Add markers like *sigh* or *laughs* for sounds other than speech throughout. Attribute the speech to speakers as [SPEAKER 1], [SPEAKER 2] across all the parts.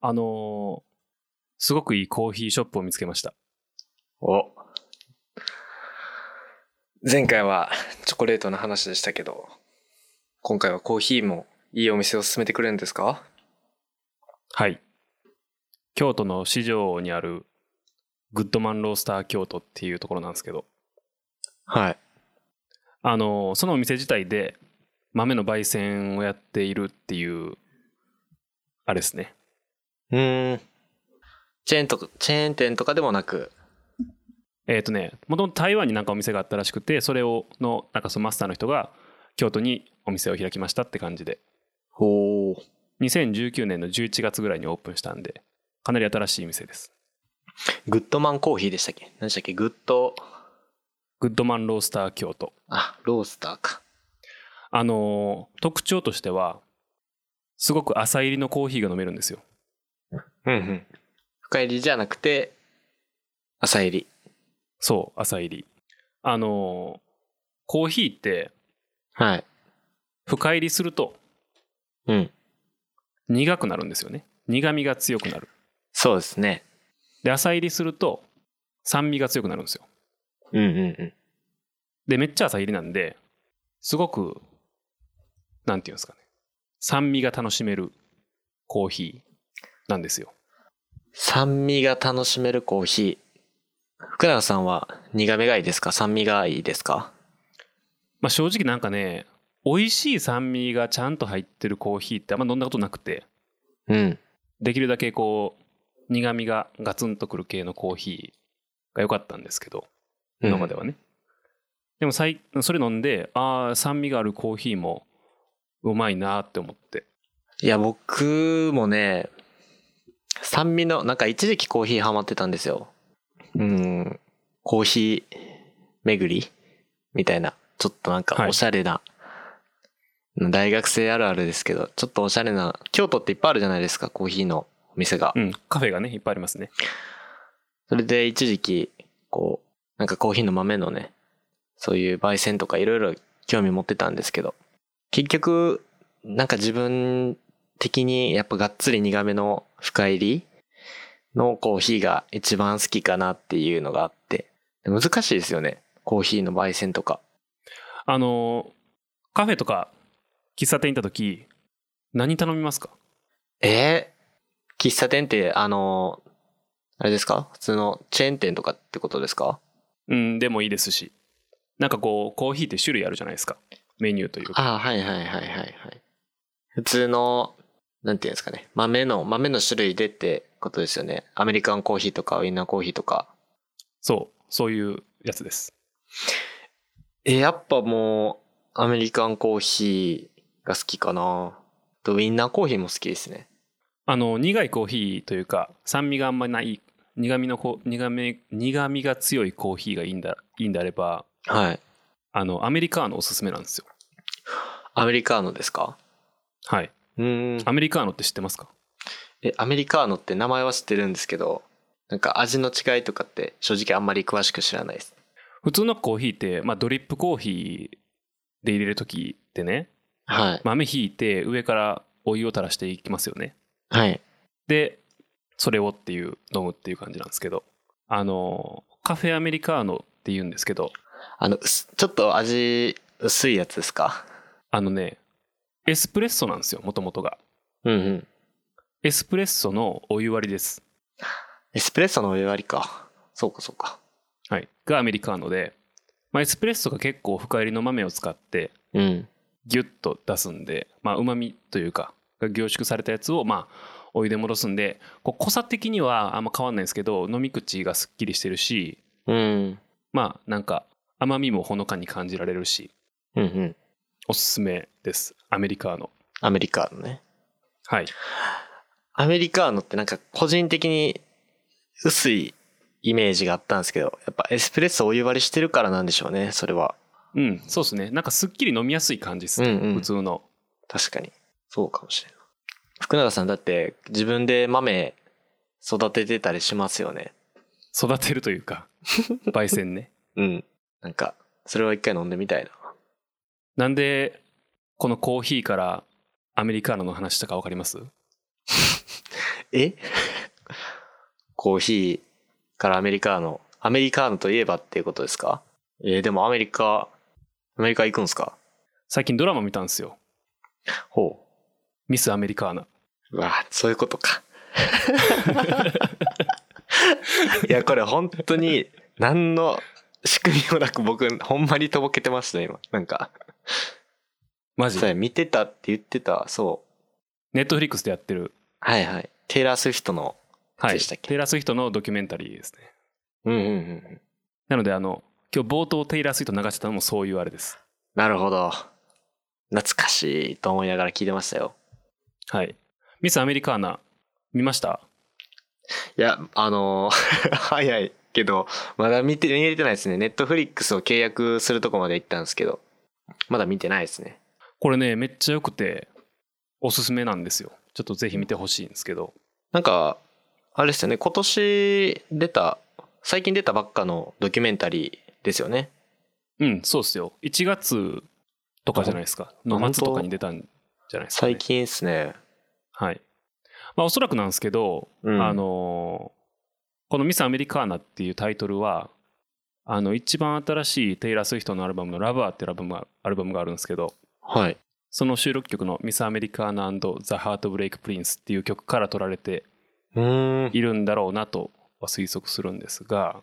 [SPEAKER 1] あのーすごくいいコーヒーショップを見つけました。
[SPEAKER 2] お。前回はチョコレートの話でしたけど、今回はコーヒーもいいお店を勧めてくれるんですか
[SPEAKER 1] はい。京都の市場にあるグッドマンロースター京都っていうところなんですけど、
[SPEAKER 2] はい。
[SPEAKER 1] あのーそのお店自体で豆の焙煎をやっているっていう、あれですね。
[SPEAKER 2] うーん。チェーンとか、チェーン店とかでもなく、
[SPEAKER 1] えっ、とね、もともと台湾になんかお店があったらしくて、それを、の、なんかそのマスターの人が京都にお店を開きましたって感じで、
[SPEAKER 2] ほう。
[SPEAKER 1] 2019年の11月ぐらいにオープンしたんで、かなり新しい店です。
[SPEAKER 2] グッドマンコーヒーでしたっけ何でしたっけグッド、
[SPEAKER 1] グッドマンロースター京都。
[SPEAKER 2] あ、ロースターか。
[SPEAKER 1] あのー特徴としては、すごく朝入りのコーヒーが飲めるんですよ。
[SPEAKER 2] うんうん。深入りじゃなくて、朝入り。
[SPEAKER 1] そう、朝入り。あのーコーヒーって
[SPEAKER 2] はい。
[SPEAKER 1] 深入りすると
[SPEAKER 2] うん。
[SPEAKER 1] 苦くなるんですよね。苦味が強くなる。
[SPEAKER 2] そうですね。
[SPEAKER 1] で、朝入りすると酸味が強くなるんですよ。
[SPEAKER 2] うんうんうん。
[SPEAKER 1] で、めっちゃ朝入りなんで、すごく、なんていうんですかね。酸味が楽しめるコーヒーなんですよ。
[SPEAKER 2] 酸味が楽しめるコーヒー。福永さんは苦めがいいですか酸味がいいですか
[SPEAKER 1] まあ正直なんかね、美味しい酸味がちゃんと入ってるコーヒーってあんま飲んだことなくて、
[SPEAKER 2] うん。
[SPEAKER 1] できるだけこう、苦味がガツンとくる系のコーヒーが良かったんですけど、今まで
[SPEAKER 2] は。
[SPEAKER 1] はね。でもさいそれ飲んで、ああ、酸味があるコーヒーもうまいなーって思って。
[SPEAKER 2] いや、僕もね、酸味の、なんか一時期コーヒーハマってたんですよ。うん。コーヒー巡りみたいな。ちょっとなん
[SPEAKER 1] は
[SPEAKER 2] か
[SPEAKER 1] い
[SPEAKER 2] おしゃれな、大学生あるあるですけど、ちょっとおしゃれな、京都っていっぱいあるじゃないですか、コーヒーのお店が。
[SPEAKER 1] うん、カフェがね、いっぱいありますね。
[SPEAKER 2] それで一時期、こう、なんかコーヒーの豆のね、そういう焙煎とかいろいろ興味持ってたんですけど、結局、なんか自分的にやっぱがっつり苦めの深入りのコーヒーが一番好きかなっていうのがあって、難しいですよね、コーヒーの焙煎とか。
[SPEAKER 1] あのーカフェとか喫茶店行った時何頼みますか
[SPEAKER 2] えー、喫茶店って、あの、あれですか普通のチェーン店とかってことですか
[SPEAKER 1] うんでもいいですしなんかこうコーヒーって種類あるじゃないですかメニューというか
[SPEAKER 2] ああ、はいはいはいはいはい。普通の、なんていうんですかね。豆の、豆の種類でってことですよね。アメリカンコーヒーとかウインナーコーヒーとか。
[SPEAKER 1] そうそういうやつです
[SPEAKER 2] え、やっぱもう、アメリカンコーヒーが好きかな。とウインナーコーヒーも好きですね。
[SPEAKER 1] あの苦いコーヒーというか酸味があんまりない苦味のこ苦め苦味が強いコーヒーがいいんだいいんであれば
[SPEAKER 2] はい。
[SPEAKER 1] あのアメリカーノおすすめなんですよ
[SPEAKER 2] アメリカーノですか
[SPEAKER 1] はいう
[SPEAKER 2] ーん
[SPEAKER 1] ア。メリカーノって知ってますか
[SPEAKER 2] え、アメリカーノって名前は知ってるんですけど、なんか味の違いとかって正直あんまり詳しく知らないです。
[SPEAKER 1] 普通のコーヒーって、まあ、ドリップコーヒーで入れる時ってね
[SPEAKER 2] はい。
[SPEAKER 1] 豆ひいて上からお湯を垂らしていきますよね
[SPEAKER 2] はい。
[SPEAKER 1] でそれをっていう飲むっていう感じなんですけどあのカフェアメリカーノって言うんですけど
[SPEAKER 2] あの、うすちょっと味薄いやつですか
[SPEAKER 1] あのねエスプレッソなんですよもともとが
[SPEAKER 2] うんうん。
[SPEAKER 1] エスプレッソのお湯割りです
[SPEAKER 2] エスプレッソのお湯割りか。そうかそうか。
[SPEAKER 1] はいがアメリカーノで、まあ、エスプレッソが結構深入りの豆を使って
[SPEAKER 2] うん。
[SPEAKER 1] ギュッと出すんでまあうまみというかが凝縮されたやつをまあお湯で戻すんでこう濃さ的にはあんま変わんないんですけど飲み口がすっきりしてるし
[SPEAKER 2] うん。
[SPEAKER 1] まあなんか甘みもほのかに感じられるし
[SPEAKER 2] うんうん。
[SPEAKER 1] おすすめですアメリカーノ
[SPEAKER 2] アメリカーノね。
[SPEAKER 1] はい
[SPEAKER 2] アメリカーノってなんか個人的に薄いイメージがあったんですけど、やっぱエスプレッソお湯割りしてるからなんでしょうね、それは。
[SPEAKER 1] うんそうですねなんかすっきり飲みやすい感じです、
[SPEAKER 2] うん
[SPEAKER 1] ね
[SPEAKER 2] うん
[SPEAKER 1] 普通の
[SPEAKER 2] 確かに。そうかもしれない。福永さんだって自分で豆育ててたりしますよね。
[SPEAKER 1] 育てるというか焙煎ね
[SPEAKER 2] うん。なんか、それは一回飲んでみたいな。
[SPEAKER 1] なんでこのコーヒーからアメリカーノの話したか分かります
[SPEAKER 2] えコーヒーからアメリカーノ。アメリカーノといえばっていうことですかえーでもアメリカ、アメリカ行くんすか
[SPEAKER 1] 最近ドラマ見たんですよ
[SPEAKER 2] ほ
[SPEAKER 1] ミス・アメリカーナ
[SPEAKER 2] う。うわそういうことか。 *laughs* いや、これ本当に、何の仕組みもなく僕、ほんまにとぼけてましたね、今。なんか。
[SPEAKER 1] マジ
[SPEAKER 2] それ見てたって言ってた、そう。
[SPEAKER 1] ネットフリックスでやってる、
[SPEAKER 2] はいはい。テイラー・スウィフトの、
[SPEAKER 1] はい、
[SPEAKER 2] でしたっけ
[SPEAKER 1] テイラー・スウィフトのドキュメンタリーですね
[SPEAKER 2] うんうんうん。
[SPEAKER 1] なのであの今日冒頭テイラー・スウィフト流してたのもそういうあれです
[SPEAKER 2] なるほど。懐かしいと思いながら聞いてましたよ。
[SPEAKER 1] はいミス・アメリカーナ見ました
[SPEAKER 2] いや、あのー *laughs* 早いけど、まだ見て、見れてないですね。ネットフリックスを契約するとこまで行ったんですけど、まだ見てないですね。
[SPEAKER 1] これねめっちゃ良くておすすめなんですよちょっとぜひ見てほしいんですけど
[SPEAKER 2] なんか、あれですよね、今年出た、最近出たばっかのドキュメンタリーですよね。
[SPEAKER 1] うんそうっすよ1月とかじゃないですかの
[SPEAKER 2] 本当
[SPEAKER 1] 末とかに出たんじゃないですか、ね、
[SPEAKER 2] 最近ですね。
[SPEAKER 1] はいまあおそらくなんですけど、
[SPEAKER 2] うん
[SPEAKER 1] あのーこの「ミス・アメリカーナ」っていうタイトルはあの一番新しいテイラー・スウィフトのアルバムの「ラバー」っていうアルバムがアルバムがあるんですけど
[SPEAKER 2] はい。
[SPEAKER 1] その収録曲の「ミス・アメリカーナザ・ハート・ブレイク・プリンス」っていう曲から取られて
[SPEAKER 2] うーん。
[SPEAKER 1] いるんだろうなとは推測するんですが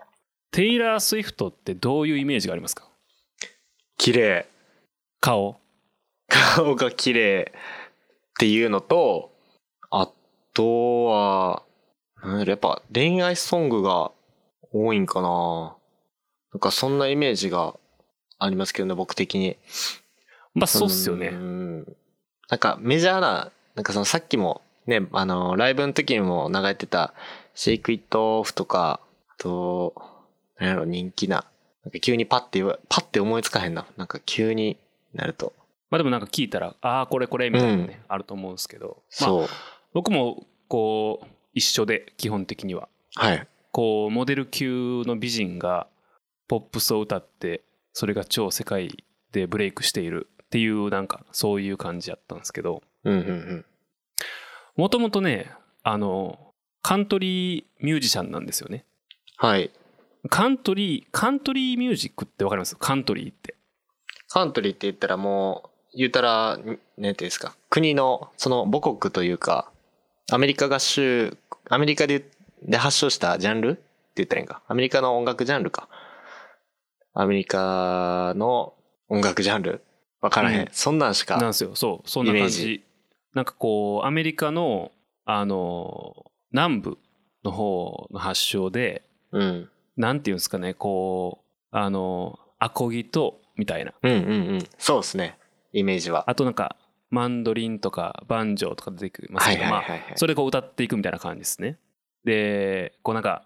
[SPEAKER 1] テイラー・スウィフトってどういうイメージがありますか
[SPEAKER 2] 綺麗。
[SPEAKER 1] 顔
[SPEAKER 2] 顔が綺麗っていうのと、あとは、なんだろうやっぱ恋愛ソングが多いんかななんかそんなイメージがありますけどね、僕的に。
[SPEAKER 1] まあそうっすよ
[SPEAKER 2] う
[SPEAKER 1] ね
[SPEAKER 2] んなんかメジャーな、なんかそのさっきもね、あの、ライブの時にも流れてた、シェイクイットオフとか、あと、なんやろ、人気な。なんか急にパッて言わ、パッて思いつかへんな。なんか急になると。
[SPEAKER 1] まあでもなんか聞いたらああこれこれみたいなね、あると思うんですけどまあ
[SPEAKER 2] そう。
[SPEAKER 1] 僕もこう一緒で基本的には
[SPEAKER 2] はい。
[SPEAKER 1] こうモデル級の美人がポップスを歌ってそれが超世界でブレイクしているっていうなんかそういう感じやったんですけど
[SPEAKER 2] うんうんうん。
[SPEAKER 1] もともとねあのカントリーミュージシャンなんですよね
[SPEAKER 2] はい。
[SPEAKER 1] カントリーカントリーミュージックってわかりますカントリーって
[SPEAKER 2] カントリーって言ったらもう、言うたら、んなんていうんですか、国の、その母国というか、アメリカ合衆、アメリカでで発祥したジャンルって言ったらいいんか。アメリカの音楽ジャンルか。アメリカの音楽ジャンル。わからへん。
[SPEAKER 1] うん
[SPEAKER 2] そんなんし
[SPEAKER 1] なん
[SPEAKER 2] か。
[SPEAKER 1] ですよそうそんな
[SPEAKER 2] イメ
[SPEAKER 1] 感
[SPEAKER 2] ー
[SPEAKER 1] じ
[SPEAKER 2] ジ
[SPEAKER 1] なんかこうアメリカのあの南部の方の発祥で
[SPEAKER 2] うん。
[SPEAKER 1] なんていうんですかねこうあのアコギとみたいな
[SPEAKER 2] うんうんうん。そうですね。イメージは。
[SPEAKER 1] あとなんかマンドリンとかバンジョーとか出てきます
[SPEAKER 2] は
[SPEAKER 1] け
[SPEAKER 2] い
[SPEAKER 1] ど、
[SPEAKER 2] はいはい
[SPEAKER 1] ま
[SPEAKER 2] はい。
[SPEAKER 1] あ、それを歌っていくみたいな感じですねでこうなんか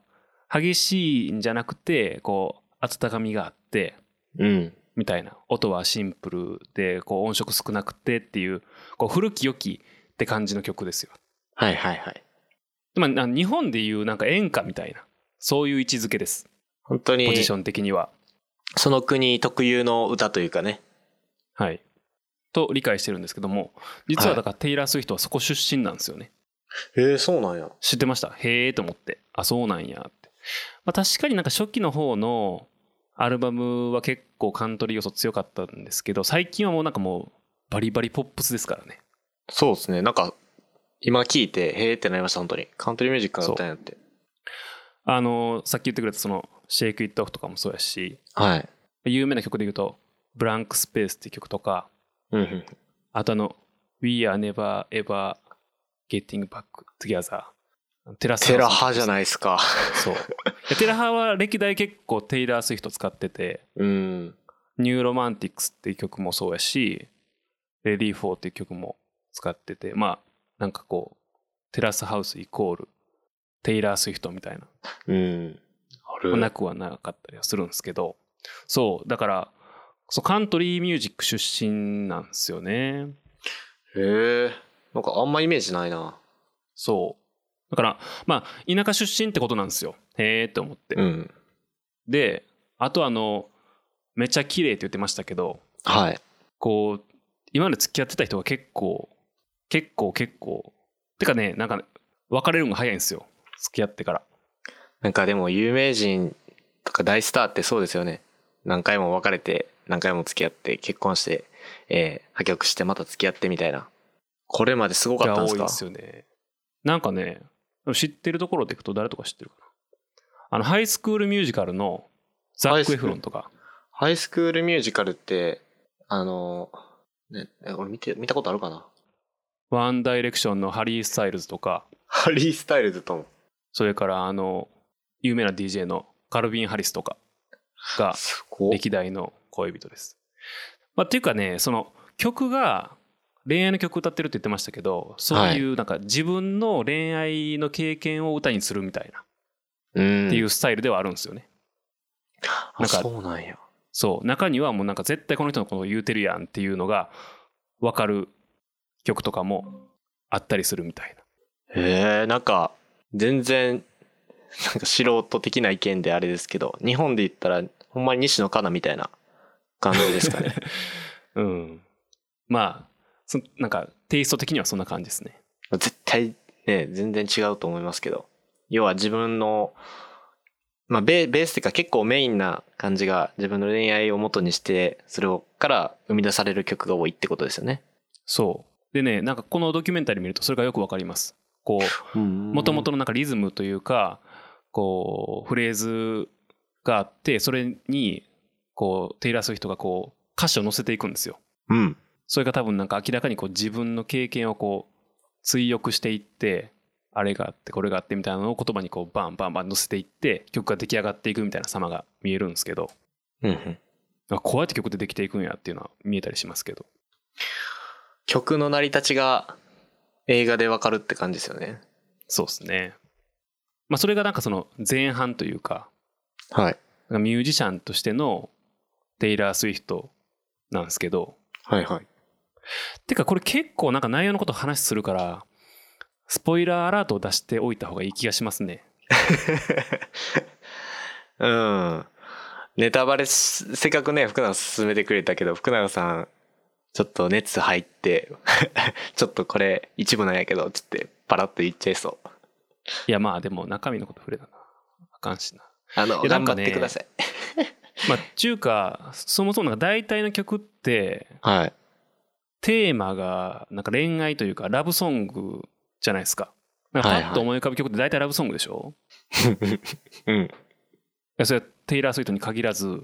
[SPEAKER 1] 激しいんじゃなくてこう温かみがあって
[SPEAKER 2] うん。
[SPEAKER 1] みたいな音はシンプルでこう音色少なくてっていうこう古き良きって感じの曲ですよ、
[SPEAKER 2] はいはいはい。
[SPEAKER 1] まあ、な日本でいうなんか演歌みたいなそういう位置づけです
[SPEAKER 2] 本当に
[SPEAKER 1] ポ、ジション的には、
[SPEAKER 2] その国特有の歌というかね。
[SPEAKER 1] はいと理解してるんですけども実はだからテイラー・スウィフトはそこ出身なんですよね
[SPEAKER 2] へえ、そうなんや。
[SPEAKER 1] 知ってましたへえと思ってあそうなんやって、まあ、確かになんか初期の方のアルバムは結構カントリー要素強かったんですけど最近はもうなんかもうバリバリポップスですからね
[SPEAKER 2] そうですね。なんか、今聞いて、へーってなりました、本当に。カントリーミュージックだったんやって。
[SPEAKER 1] あのさっき言ってくれたその「シェイク・イット・オフ」とかもそうやし
[SPEAKER 2] はい。
[SPEAKER 1] 有名な曲で言うと「ブランク・スペース」っていう曲とか
[SPEAKER 2] うんうん。
[SPEAKER 1] あとあの「We are never ever getting back together」テラス
[SPEAKER 2] テラ派じゃ
[SPEAKER 1] い
[SPEAKER 2] ないですか。
[SPEAKER 1] そういやテラハは歴代結構テイラー・スウィフト使ってて
[SPEAKER 2] うん。
[SPEAKER 1] ニューロマンティックスっていう曲もそうやし、レディー・フォーっていう曲も使ってて、まあ、なんかこう、テラスハウスイコール、テイラー・スウィフトみたいな、
[SPEAKER 2] うん。ある
[SPEAKER 1] なくはなかったりはするんですけど、そう、だから、そうカントリーミュージック出身なんですよね。
[SPEAKER 2] へえ。なんかあんまイメージないな。
[SPEAKER 1] そう。だから、まあ、田舎出身ってことなんですよ。へえって思って。
[SPEAKER 2] うん。
[SPEAKER 1] で、あとあの、めちゃ綺麗って言ってましたけど、
[SPEAKER 2] はい。
[SPEAKER 1] こう今まで付き合ってた人が結構結構結構てかねなんか別れるのが早いんですよ付き合ってから
[SPEAKER 2] なんかでも有名人とか大スターってそうですよね。何回も別れて、何回も付き合って、結婚して、えー、破局してまた付き合ってみたいな。これまですごかったんです
[SPEAKER 1] が多い
[SPEAKER 2] か
[SPEAKER 1] ですよねなんかね知ってるところでいくと誰とか知ってるかなあのハイスクールミュージカルのザック・エフロンとか
[SPEAKER 2] ハイスクールミュージカルって、あの、ね、俺見て、見たことあるかな
[SPEAKER 1] ワンダイレクションのハリー・スタイルズとか
[SPEAKER 2] ハリー・スタイルズとも。
[SPEAKER 1] それからあの有名な DJ のカルビン・ハリスとかが
[SPEAKER 2] すごい。
[SPEAKER 1] 歴代の恋人です。まあ、っていうかねその曲が恋愛の曲歌ってるって言ってましたけどそういうなんか自分の恋愛の経験を歌にするみたいな
[SPEAKER 2] うん。
[SPEAKER 1] っていうスタイルではあるんですよね。
[SPEAKER 2] あ
[SPEAKER 1] なんか
[SPEAKER 2] そうなんや。
[SPEAKER 1] そう中にはもうなんか絶対この人のこと言うてるやんっていうのが分かる曲とかもあったりするみたいな。
[SPEAKER 2] へえ、なんか、全然、なんか素人的な意見であれですけど、日本で言ったら、ほんまに西野カナみたいな感じです
[SPEAKER 1] *laughs*
[SPEAKER 2] かね。
[SPEAKER 1] うん、まあそなんかテイスト的にはそんな感じですね。
[SPEAKER 2] 絶対ね、全然違うと思いますけど。要は自分の、まあベ、ベースっていうか結構メインな感じが自分の恋愛を元にして、それをから生み出される曲が多いってことですよね。
[SPEAKER 1] そうでねなんかこのドキュメンタリー見るとそれがよく分かります。こうも
[SPEAKER 2] も
[SPEAKER 1] ともとのなんかリズムというかこうフレーズがあってそれにこうテイラー・スウィフトがこう歌詞を載せていくんですよ。
[SPEAKER 2] うん。
[SPEAKER 1] それが多分なんか明らかにこう自分の経験をこう追憶していってあれがあってこれがあってみたいなのを言葉にこうバンバンバン載せていって曲が出来上がっていくみたいな様が見えるんですけど
[SPEAKER 2] うんうん。
[SPEAKER 1] あこうやって曲でできていくんやっていうのは見えたりしますけど
[SPEAKER 2] 曲の成り立ちが映画でわかるって感じですよね。
[SPEAKER 1] そうですね。まあそれがなんかその前半というか
[SPEAKER 2] はい。
[SPEAKER 1] なんかミュージシャンとしてのテイラー・スウィフトなんですけど、
[SPEAKER 2] はいはい。
[SPEAKER 1] てかこれ結構なんか内容のこと話するから、スポイラーアラートを出しておいた方がいい気がしますね。
[SPEAKER 2] うん。ネタバレし、せっかくね、福永さん勧めてくれたけど、福永さん、ちょっと熱入って、 *laughs* ちょっとこれ一部なんやけど、つって、パラッと言っちゃいそう。
[SPEAKER 1] いやまあでも中身のこと触れたな。あかんしな。
[SPEAKER 2] あの、
[SPEAKER 1] いやなん
[SPEAKER 2] 頑張
[SPEAKER 1] か
[SPEAKER 2] っ
[SPEAKER 1] ね
[SPEAKER 2] てください。
[SPEAKER 1] まあちゅうか、そもそもなんか大体の曲って、
[SPEAKER 2] はい。
[SPEAKER 1] テーマがなんか恋愛というかラブソングじゃないですか。なんかパ
[SPEAKER 2] はいはい
[SPEAKER 1] ッと思い浮かぶ曲って大体ラブソングでしょ、
[SPEAKER 2] *laughs* うん。
[SPEAKER 1] いやそれはテイラー・スウィフトに限らず、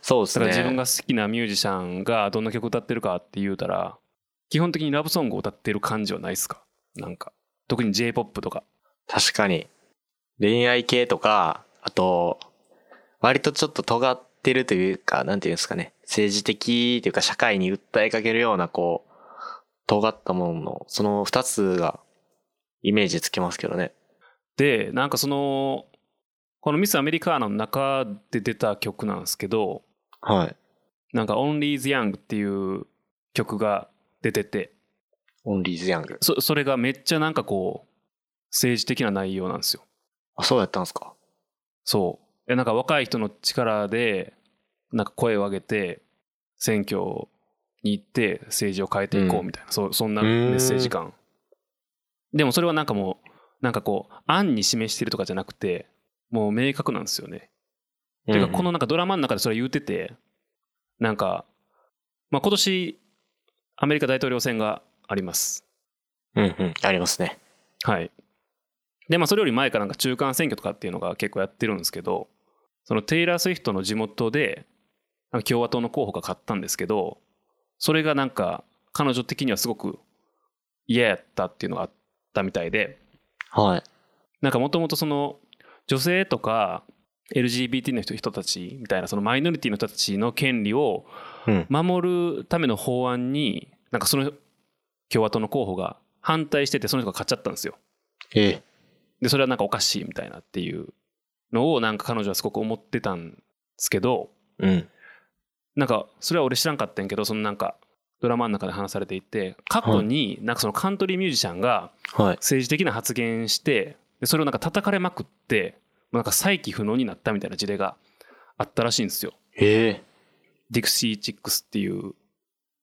[SPEAKER 2] そうです
[SPEAKER 1] だか
[SPEAKER 2] ね。
[SPEAKER 1] ら自分が好きなミュージシャンがどんな曲歌ってるかって言うたら基本的にラブソングを歌ってる感じはないですかなんか特に J-POP とか
[SPEAKER 2] 確かに。恋愛系とか、あと、割とちょっと尖ってるというか、なんていうんですかね。政治的というか社会に訴えかけるような、こう、尖ったものの、その二つが、イメージつきますけどね。
[SPEAKER 1] でなんかそのこの「ミス・アメリカーナ」の中で出た曲なんですけど
[SPEAKER 2] はい。
[SPEAKER 1] なんか「Only is Young」っていう曲が出てて
[SPEAKER 2] オンリーズ・ヤング。
[SPEAKER 1] そそれがめっちゃなんかこう政治的な内容なんですよ
[SPEAKER 2] あ、そうやったんですか。
[SPEAKER 1] そうえなんか若い人の力でなんか声を上げて選挙に行って政治を変えていこうみたいな、そうそんな
[SPEAKER 2] う
[SPEAKER 1] メ
[SPEAKER 2] ーん
[SPEAKER 1] ッセージ感でもそれはなんかもうなんかこう案に示してるとかじゃなくてもう明確なんですよね、ていうかこ
[SPEAKER 2] の、
[SPEAKER 1] のなんかドラマの中でそれ言うててなんか、まあ、今年アメリカ大統領選があります
[SPEAKER 2] うんうん。ありますね。
[SPEAKER 1] はい。で、まあ、それより前からなんか中間選挙とかっていうのが結構やってるんですけど、そのテイラー・スウィフトの地元で、なんか共和党の候補が勝ったんですけど、それがなんか、彼女的にはすごく嫌やったっていうのがあったみたいで、
[SPEAKER 2] はい。
[SPEAKER 1] なんかもともとその、女性とか LGBT の人人たちみたいな、そのマイノリティの人たちの権利を
[SPEAKER 2] うん。
[SPEAKER 1] 守るための法案に、なんかその共和党の候補が反対してて、その人が勝っちゃったんですよ。
[SPEAKER 2] ええ。
[SPEAKER 1] でそれはなんかおかしいみたいなっていうのをなんか彼女はすごく思ってたんですけど
[SPEAKER 2] うん。
[SPEAKER 1] なんかそれは俺知らんかったんやけどそのなんかドラマの中で話されていて過去になんかそのカントリーミュージシャンが
[SPEAKER 2] はい。
[SPEAKER 1] 政治的な発言してでそれをなんか叩かれまくってもうなんか再起不能になったみたいな事例があったらしいんですよ。
[SPEAKER 2] ええ。
[SPEAKER 1] ディクシー・チックスっていう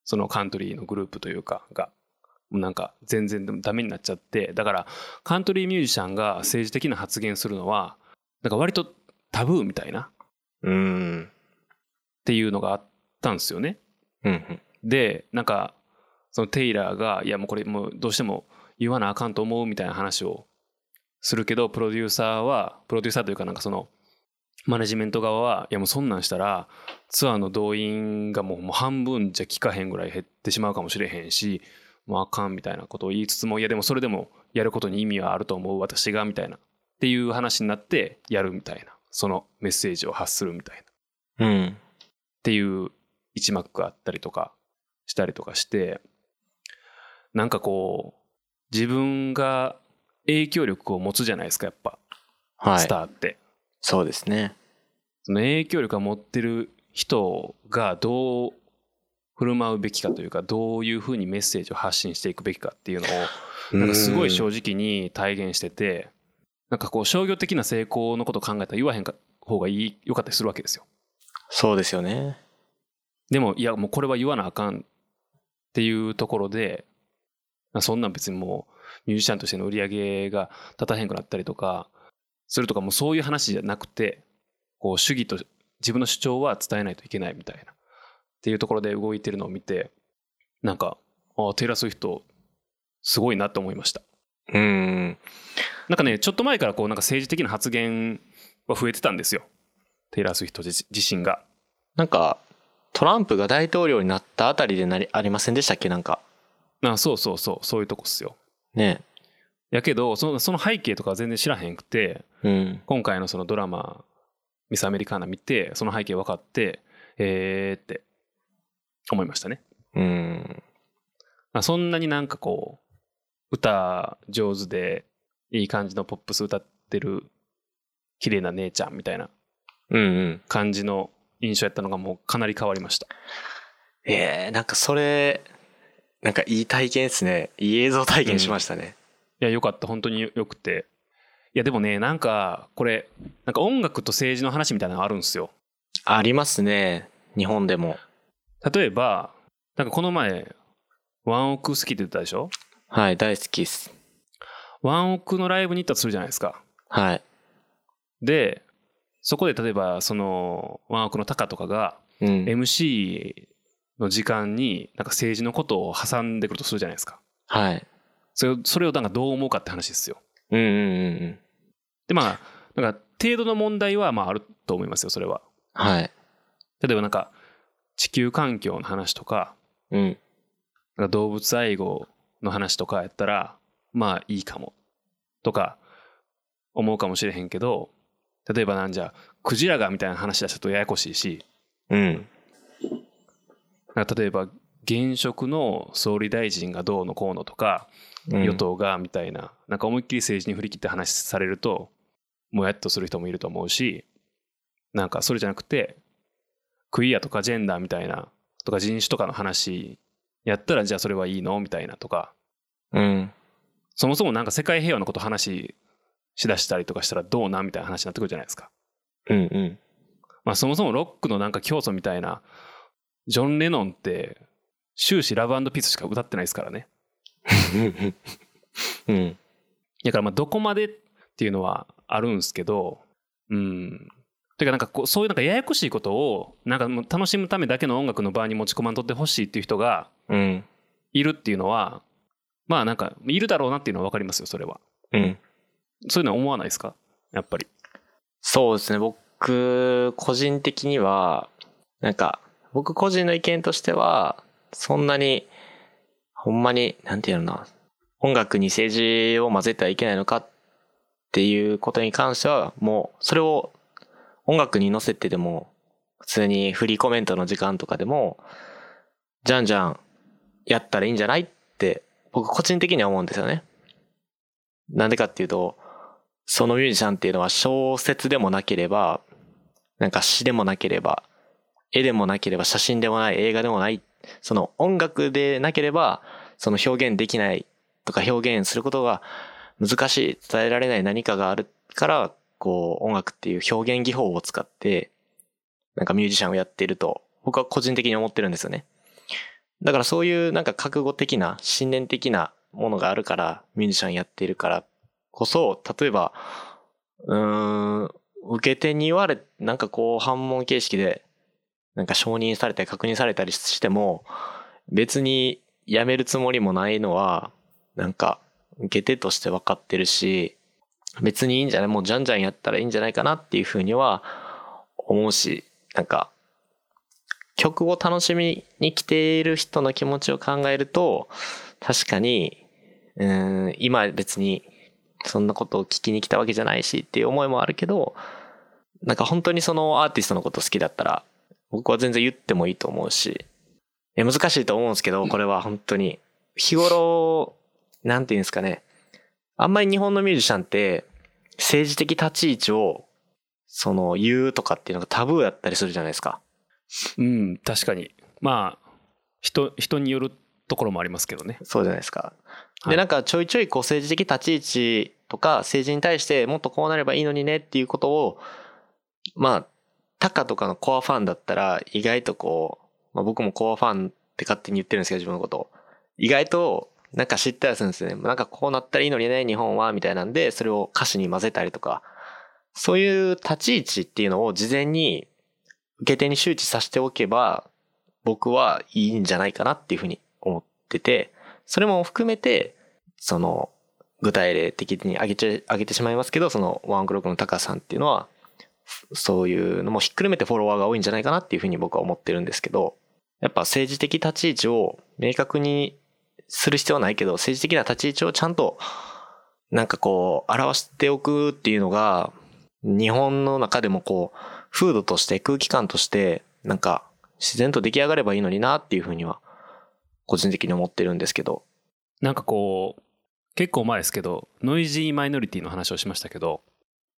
[SPEAKER 1] そのカントリーのグループというかがなんか全然ダメになっちゃってだからカントリーミュージシャンが政治的な発言するのはなんか割とタブーみたいなっ
[SPEAKER 2] うん。
[SPEAKER 1] ていうのがあったんですよね。
[SPEAKER 2] うんうん。
[SPEAKER 1] でなんかそのテイラーがいやもうこれもうどうしても言わなあかんと思うみたいな話をするけどプロデューサーはプロデューサーというかなんかそのマネジメント側はいやもうそんなんしたらツアーの動員がもうもう半分じゃ効かへんぐらい減ってしまうかもしれへんしもうあかんみたいなことを言いつつもいやでもそれでもやることに意味はあると思う私がみたいなっていう話になってやるみたいなそのメッセージを発するみたいな。
[SPEAKER 2] うん。
[SPEAKER 1] っていう一幕があったりとかしたりとかしてなんかこう自分が影響力を持つじゃないですかやっぱ、
[SPEAKER 2] は
[SPEAKER 1] ス
[SPEAKER 2] い。
[SPEAKER 1] ターって
[SPEAKER 2] そうですね。
[SPEAKER 1] その影響力を持ってる人がどう振る舞うべきかというかどういうふうにメッセージを発信していくべきかっていうのをなんかすごい正
[SPEAKER 2] 直。
[SPEAKER 1] 直に体現しててなんかこう商業的な成功のことを考えたら言わへんか方がいいよかったりするわけですよ
[SPEAKER 2] そうですよね。
[SPEAKER 1] でもいやもうこれは言わなあかんっていうところでまあそんなん別にもうミュージシャンとしての売り上げが立たへんくなったりとかするとかもうそういう話じゃなくてこう主義と自分の主張は伝えないといけないみたいなっていうところで動いてるのを見てなんかああテイラー・スウィフトすごいなと思いました
[SPEAKER 2] うん。
[SPEAKER 1] なんかねちょっと前からこうなんか政治的な発言は増えてたんですよテイラー・スウィフト自自身が
[SPEAKER 2] なんか、トランプが大統領になったあたりでなり、ありませんでしたっけなんか。
[SPEAKER 1] あそうそうそうそういうとこっすよ
[SPEAKER 2] ね。
[SPEAKER 1] やけどそのその背景とかは全然知らへんくて
[SPEAKER 2] うん。
[SPEAKER 1] 今回のそのドラマ「ミス・アメリカーナ」見てその背景分かってえーって思いましたね
[SPEAKER 2] うん。
[SPEAKER 1] あそんなになんかこう歌上手でいい感じのポップス歌ってる綺麗な姉ちゃんみたいな
[SPEAKER 2] うんうん。
[SPEAKER 1] 感じの印象やったのがもうかなり変わりました
[SPEAKER 2] ええなんかそれ、なんかいい体験ですね。いい映像体験しましたね。
[SPEAKER 1] いやよかった本当によくていやでもねなんかこれなんか音楽と政治の話みたいなのがあるんですよ
[SPEAKER 2] ありますね。日本でも。
[SPEAKER 1] 例えばなんかこの前ワンオク好きって言ったでしょ
[SPEAKER 2] はい、大好きっす。
[SPEAKER 1] ワンオクのライブに行ったとするじゃないですか
[SPEAKER 2] はい。
[SPEAKER 1] でそこで例えばそのワンオクのタカとかが
[SPEAKER 2] うん。
[SPEAKER 1] MC の時間になんか政治のことを挟んでくるとするじゃないですか
[SPEAKER 2] はい。
[SPEAKER 1] それをそれをなんかどう思うかって話ですよ
[SPEAKER 2] うんうんうんうん。
[SPEAKER 1] でまあなんか程度の問題はまああると思いますよそれは
[SPEAKER 2] はい。
[SPEAKER 1] 例えばなんか地球環境の話とか
[SPEAKER 2] うん。
[SPEAKER 1] なんか動物愛護の話とかやったらまあいいかもとか思うかもしれへんけど例えばなんじゃクジラがみたいな話だちょっとややこしいし
[SPEAKER 2] うん。
[SPEAKER 1] なんか例えば現職の総理大臣がどうのこうのとか
[SPEAKER 2] うん
[SPEAKER 1] 与。党がみたいな,、なんか思いっきり政治に振り切って話されるともやっとする人もいると思うしなんかそれじゃなくてクイアとかジェンダーみたいなとか人種とかの話やったらじゃあそれはいいのみたいなとか
[SPEAKER 2] うん。
[SPEAKER 1] そもそもなんか世界平和のこと話しだしたりとかしたらどうなんみたいな話になってくるじゃないですか。
[SPEAKER 2] うんうん。
[SPEAKER 1] まあそもそもロックのなんか教祖みたいな、ジョン・レノンって終始ラブピースしか歌ってないですからね。
[SPEAKER 2] うん。
[SPEAKER 1] だからまあどこまでっていうのはあるんですけど、うん。てかなんかこうそういうなんかややこしいことをなんかもう楽しむためだけの音楽の場に持ち込まんとってほしいっていう人が
[SPEAKER 2] うん。
[SPEAKER 1] いるっていうのは、まあなんかいるだろうなっていうのは分かりますよ、それは。
[SPEAKER 2] うん。
[SPEAKER 1] そういうのは思わないですかやっぱり。
[SPEAKER 2] そうですね。僕、個人的には、なんか、僕個人の意見としては、そんなに、ほんまに、なんていうのかな、音楽に政治を混ぜてはいけないのかっていうことに関しては、もう、それを音楽に乗せてでも、普通にフリーコメントの時間とかでも、じゃんじゃんやったらいいんじゃないって、僕個人的には思うんですよね。なんでかっていうと、そのミュージシャンっていうのは小説でもなければ、なんか詩でもなければ、絵でもなければ、写真でもない、映画でもない、その音楽でなければ、その表現できないとか表現することが難しい、伝えられない何かがあるから、こう音楽っていう表現技法を使って、なんかミュージシャンをやっていると、僕は個人的に思ってるんですよね。だからそういうなんか覚悟的な、信念的なものがあるから、ミュージシャンやっているからこそ、例えば、うーん、受け手に言われ、なんかこう反問形式で、なんか承認されたり確認されたりしても、別にやめるつもりもないのは、なんか受け手として分かってるし、別にいいんじゃないもうじゃんじゃんやったらいいんじゃないかなっていうふうには思うし、なんか曲を楽しみに来ている人の気持ちを考えると、確かに、うーん、今別にそんなことを聞きに来たわけじゃないしっていう思いもあるけど、なんか本当にそのアーティストのこと好きだったら、僕は全然言ってもいいと思うし、いや難しいと思うんですけど、これは本当に。日頃、なんていうんですかね。あんまり日本のミュージシャンって、政治的立ち位置を、その、言うとかっていうのがタブーだったりするじゃないですか。
[SPEAKER 1] うん、確かに。まあ、人、人によるところもありますけどね。
[SPEAKER 2] そうじゃないですか。
[SPEAKER 1] は
[SPEAKER 2] で、
[SPEAKER 1] い
[SPEAKER 2] なんかちょいちょいこう政治的立ち位置とか政治に対してもっとこうなればいいのにねっていうことを、まあ、タカとかのコアファンだったら意外とこう、まあ僕もコアファンって勝手に言ってるんですけど自分のことを。意外となんか知ったりするんですね。なんかこうなったらいいのにね、日本は、みたいなんで、それを歌詞に混ぜたりとか、そういう立ち位置っていうのを事前に受け手に周知させておけば、僕はいいんじゃないかなっていうふうに思ってて、それも含めて、その、具体例的に挙げちゃ、上げてしまいますけど、その、ワンオクロックのタカさんっていうのは、そういうのもひっくるめてフォロワーが多いんじゃないかなっていうふうに僕は思ってるんですけど、やっぱ政治的立ち位置を明確にする必要はないけど、政治的な立ち位置をちゃんと、なんかこう、表しておくっていうのが、日本の中でもこう、風土として空気感として、なんか、自然と出来上がればいいのになっていうふうには、個人的に思ってるんですけど、
[SPEAKER 1] なんかこう、結構前ですけど、ノイジーマイノリティの話をしましたけど、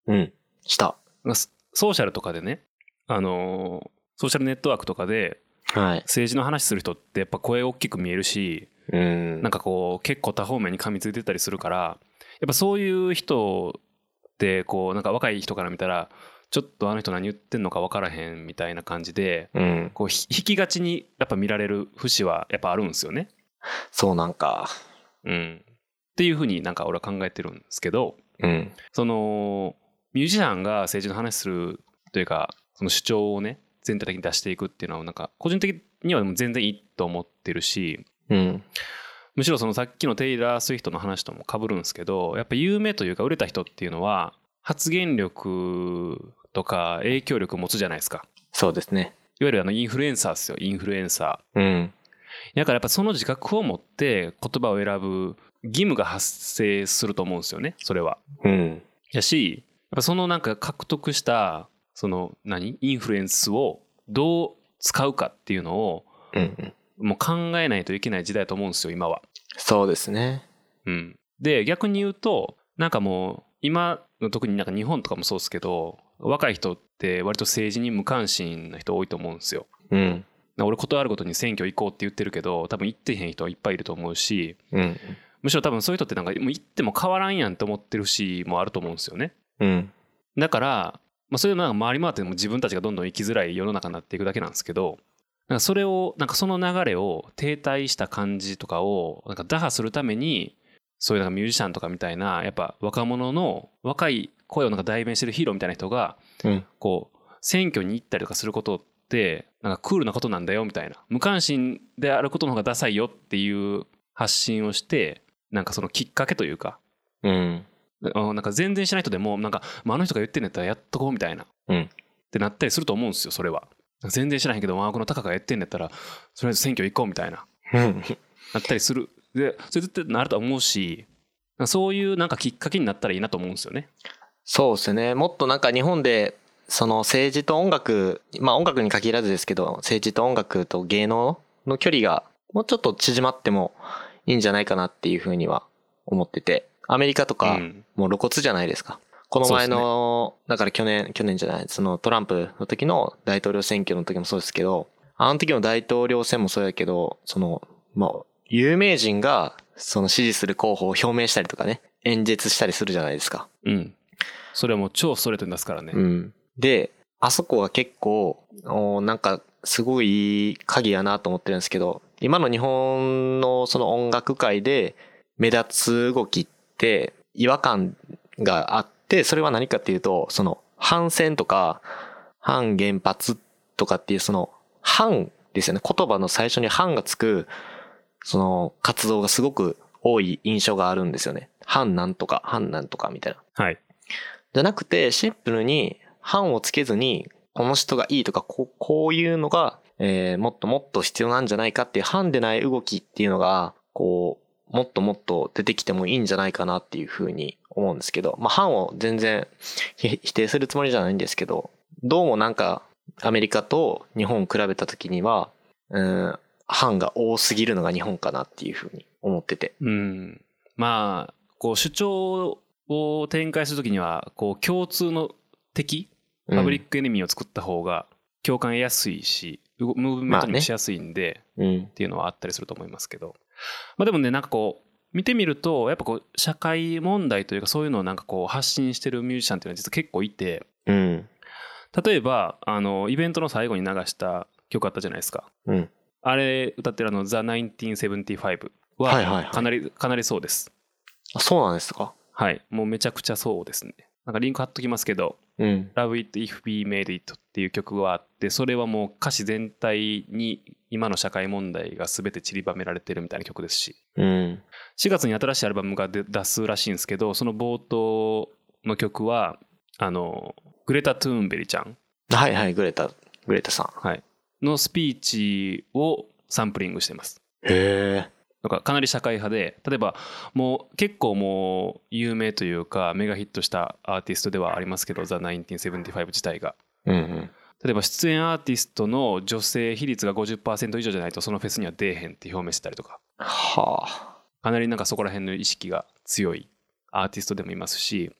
[SPEAKER 2] うん、した。
[SPEAKER 1] まあソソーシャルとかでね、あのーソーシャルネットワークとかで
[SPEAKER 2] はい。
[SPEAKER 1] 政治の話する人ってやっぱ声大きく見えるし、
[SPEAKER 2] うん。
[SPEAKER 1] なんかこう結構多方面に噛みついてたりするからやっぱそういう人ってこうなんか若い人から見たらちょっとあの人何言ってんのか分からへんみたいな感じで
[SPEAKER 2] うん。
[SPEAKER 1] こうひ引きがちにやっぱ見られる節はやっぱあるんですよね。
[SPEAKER 2] そうなんか。
[SPEAKER 1] うん、っていうふうになんか俺は考えてるんですけど
[SPEAKER 2] うん。
[SPEAKER 1] そのミュージシャンが政治の話するというかその主張をね全体的に出していくっていうのはなんか個人的にはでも全然いいと思ってるし、
[SPEAKER 2] うん。
[SPEAKER 1] むしろそのさっきのテイラー・スウィフトの話とも被るんですけどやっぱ有名というか売れた人っていうのは発言力とか影響力を持つじゃないですか
[SPEAKER 2] そうですね。
[SPEAKER 1] いわゆるあのインフルエンサーですよインフルエンサ
[SPEAKER 2] うん。
[SPEAKER 1] ーだからやっぱその自覚を持って言葉を選ぶ義務が発生すると思うんですよねそれは
[SPEAKER 2] うん。
[SPEAKER 1] やしやっぱそのなんか獲得したその何インフルエンスをどう使うかっていうのを
[SPEAKER 2] うんうん。
[SPEAKER 1] もう考えないといけない時代だと思うんですよ今は
[SPEAKER 2] そうですね。
[SPEAKER 1] うん、で逆に言うとなんかもう今の特になんか日本とかもそうですけど若い人って割と政治に無関心な人多いと思うんですよ。
[SPEAKER 2] うん。
[SPEAKER 1] な俺断るごとに選挙行こうって言ってるけど多分行ってへん人はいっぱいいると思うし
[SPEAKER 2] うん。
[SPEAKER 1] むしろ多分そういう人ってなんかもう行っても変わらんやんって思ってるしもあると思うんですよね。
[SPEAKER 2] うん。
[SPEAKER 1] だから、まあ、それでなんか回り回っても自分たちがどんどん生きづらい世の中になっていくだけなんですけどなんかそれをなんかその流れを停滞した感じとかをなんか打破するためにそういうなんかミュージシャンとかみたいなやっぱ若者の若い声をなんか代弁してるヒーローみたいな人が
[SPEAKER 2] うん。
[SPEAKER 1] こう選挙に行ったりとかすることってなんかクールなことなんだよみたいな無関心であることの方がダサいよっていう発信をしてなんかそのきっかけというか
[SPEAKER 2] うん。
[SPEAKER 1] あなんか全然しない人でもなんか、まあ、あの人が言ってんやったらやっとこうみたいな、
[SPEAKER 2] うん
[SPEAKER 1] ってなったりすると思うんですよそれは全然知らへんけどワークのタカがやってんやったらとりあえず選挙行こうみたいな
[SPEAKER 2] うん。
[SPEAKER 1] なったりするでそれ絶対なると思うしそういうなんかきっかけになったらいいなと思うんですよね
[SPEAKER 2] そうですね。もっとなんか日本で、その政治と音楽、まあ音楽に限らずですけど、政治と音楽と芸能の距離がもうちょっと縮まってもいいんじゃないかなっていうふうには思ってて、アメリカとか、
[SPEAKER 1] うん
[SPEAKER 2] もう露骨じゃないですか。この前の、だから去年、去年じゃない、そのトランプの時の大統領選挙の時もそうですけど、あの時の大統領選もそうやけど、その、まあ、有名人が、その支持する候補を表明したりとかね、演説したりするじゃないですか。
[SPEAKER 1] うんそれはもう超ストレートに出すからね、
[SPEAKER 2] うん。で、あそこは結構、おーなんか、すごいいい鍵やなと思ってるんですけど、今の日本のその音楽界で目立つ動きって違和感があって、それは何かっていうと、その反戦とか反原発とかっていうその反ですよね。言葉の最初に反がつく、その活動がすごく多い印象があるんですよね。反なんとか、反なんとかみたいな。
[SPEAKER 1] はい。
[SPEAKER 2] じゃなくて、シンプルに、版をつけずに、この人がいいとか、こうこういうのが、えーもっともっと必要なんじゃないかっていう、版でない動きっていうのが、こう、もっともっと出てきてもいいんじゃないかなっていうふうに思うんですけど、まあ、版を全然ひ否定するつもりじゃないんですけど、どうもなんか、アメリカと日本を比べた時には、うん、版が多すぎるのが日本かなっていうふうに思ってて。
[SPEAKER 1] うん、まあこう主張を展開するときにはこう共通の敵
[SPEAKER 2] うん
[SPEAKER 1] パブリックエネミーを作った方が共感得やすいしうごムーブメントに
[SPEAKER 2] まあ
[SPEAKER 1] も
[SPEAKER 2] ね
[SPEAKER 1] しやすいんで、
[SPEAKER 2] うん
[SPEAKER 1] っ。ていうのはあったりすると思いますけど、まあ、でもねなんかこう見てみるとやっぱこう社会問題というかそういうのをなんかこう発信してるミュージシャンっていうのは実は結構いて
[SPEAKER 2] うん。
[SPEAKER 1] 例えばあのイベントの最後に流した曲あったじゃないですか
[SPEAKER 2] うん。
[SPEAKER 1] あれ歌ってるあの「The1975」
[SPEAKER 2] はいはいはい
[SPEAKER 1] はかなりかなりそうです
[SPEAKER 2] あそうなんですか
[SPEAKER 1] はいもうめちゃくちゃそうですねなんかリンク貼っときますけど
[SPEAKER 2] うん。
[SPEAKER 1] 「Love It If We Made It」っていう曲があってそれはもう歌詞全体に今の社会問題が全て散りばめられてるみたいな曲ですし
[SPEAKER 2] うん。
[SPEAKER 1] 4月に新しいアルバムが出出すらしいんですけどその冒頭の曲はあのグレタ・トゥーンベリちゃん、
[SPEAKER 2] はいはい、グレタ、グレタさん。
[SPEAKER 1] はい、のスピーチをサンプリングしてます
[SPEAKER 2] へ
[SPEAKER 1] だからかなり社会派で例えばもう結構もう有名というかメガヒットしたアーティストではありますけど「THE1975」自体が
[SPEAKER 2] え。うんうん。
[SPEAKER 1] 例えば出演アーティストの女性比率が50%以上じゃないとそのフェスには出えへんって表明してたりとか
[SPEAKER 2] はあ。
[SPEAKER 1] かなりなんかそこら辺の意識が強いアーティストでもいますし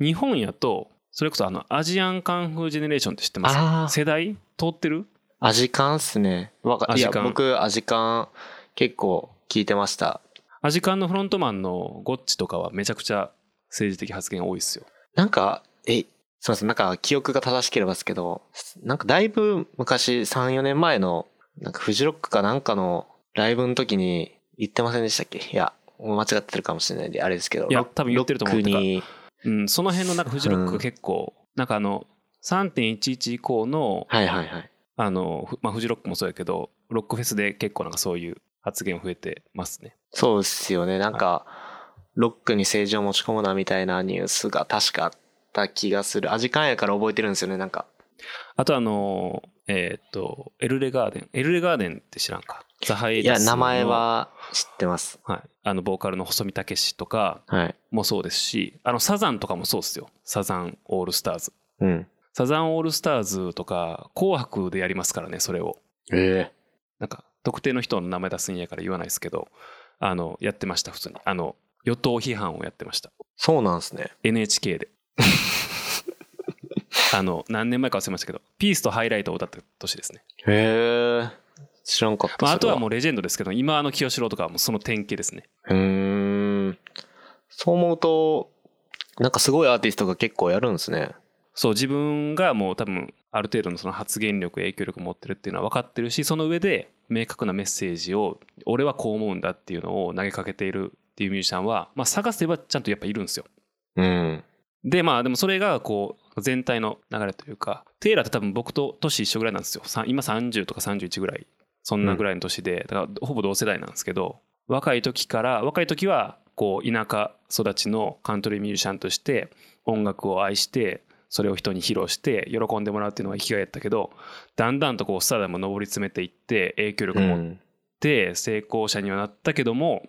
[SPEAKER 1] 日本やとそれこそあのアジアンカンフージェネレーションって知ってます
[SPEAKER 2] あー
[SPEAKER 1] 世代通ってる
[SPEAKER 2] アジカンっすね。わか、い
[SPEAKER 1] アジ、
[SPEAKER 2] や
[SPEAKER 1] カン
[SPEAKER 2] 僕、アジカン結構聞いてました。
[SPEAKER 1] アジカンのフロントマンのゴッチとかはめちゃくちゃ政治的発言多いですよ
[SPEAKER 2] なんか、え、すいません、なんか記憶が正しければですけど、なんかだいぶ昔、3、4年前の、なんかフジロックかなんかのライブの時に言ってませんでしたっけいや、間違ってるかもしれないんで、あれですけど。
[SPEAKER 1] いや
[SPEAKER 2] ロッ
[SPEAKER 1] 多分言ってると思う
[SPEAKER 2] ロックに、
[SPEAKER 1] うん、その辺のなんかフジロック
[SPEAKER 2] うん
[SPEAKER 1] が結構、なんかあの3.11以降の
[SPEAKER 2] はいはいはい。
[SPEAKER 1] あの、ふまあ、フジロックもそうやけどロックフェスで結構なんかそういう発言増えてますね
[SPEAKER 2] そうですよね。なんか、ロックに政治を持ち込むなみたいなニュースが確かあった気がする。アジカンやから覚えてるんですよね、なんか。
[SPEAKER 1] あとあのえーっとエルレガーデンエルレガーデンって知らんかザハイ
[SPEAKER 2] い
[SPEAKER 1] リ
[SPEAKER 2] や、
[SPEAKER 1] スの
[SPEAKER 2] 名前は知ってます。
[SPEAKER 1] はい、あのボーカルの細見武史とか
[SPEAKER 2] はい。
[SPEAKER 1] もそうですしあのサザンとかもそうですよサザンオールスターズ
[SPEAKER 2] うん。
[SPEAKER 1] サザンオールスターズとか「紅白」でやりますからねそれを
[SPEAKER 2] ええ
[SPEAKER 1] なんか特定の人の名前出すんやから言わないですけどあのやってました普通にあの与党批判をやってました
[SPEAKER 2] そうなんですね。
[SPEAKER 1] NHK であの何年前か忘れましたけど「ピースとハイライト」を歌った年ですね、
[SPEAKER 2] へえ知らんかった。
[SPEAKER 1] まあ、あとはも
[SPEAKER 2] う。
[SPEAKER 1] うレジェンドですけど今の清志郎とかはもうその典型ですね
[SPEAKER 2] うーん。そう思うと、なんかすごいアーティストが結構やるんですね。
[SPEAKER 1] そう自分がもう多分ある程度のその発言力影響力持ってるっていうのは分かってるしその上で明確なメッセージを俺はこう思うんだっていうのを投げかけているっていうミュージシャンは、まあ、探せばちゃんとやっぱいるんですよ
[SPEAKER 2] うん。
[SPEAKER 1] でまあでもそれがこう全体の流れというかテイラーって多分僕と年一緒ぐらいなんですよさん今30とか31ぐらいそんなぐらいの年で、だからほぼ同世代なんですけど若い時から若い時はこう田舎育ちのカントリーミュージシャンとして音楽を愛してそれを人に披露して喜んでもらうっていうのが生きがいやったけどだんだんとこうスターダムを上り詰めていって影響力
[SPEAKER 2] う
[SPEAKER 1] も
[SPEAKER 2] ん。
[SPEAKER 1] って成功者にはなったけども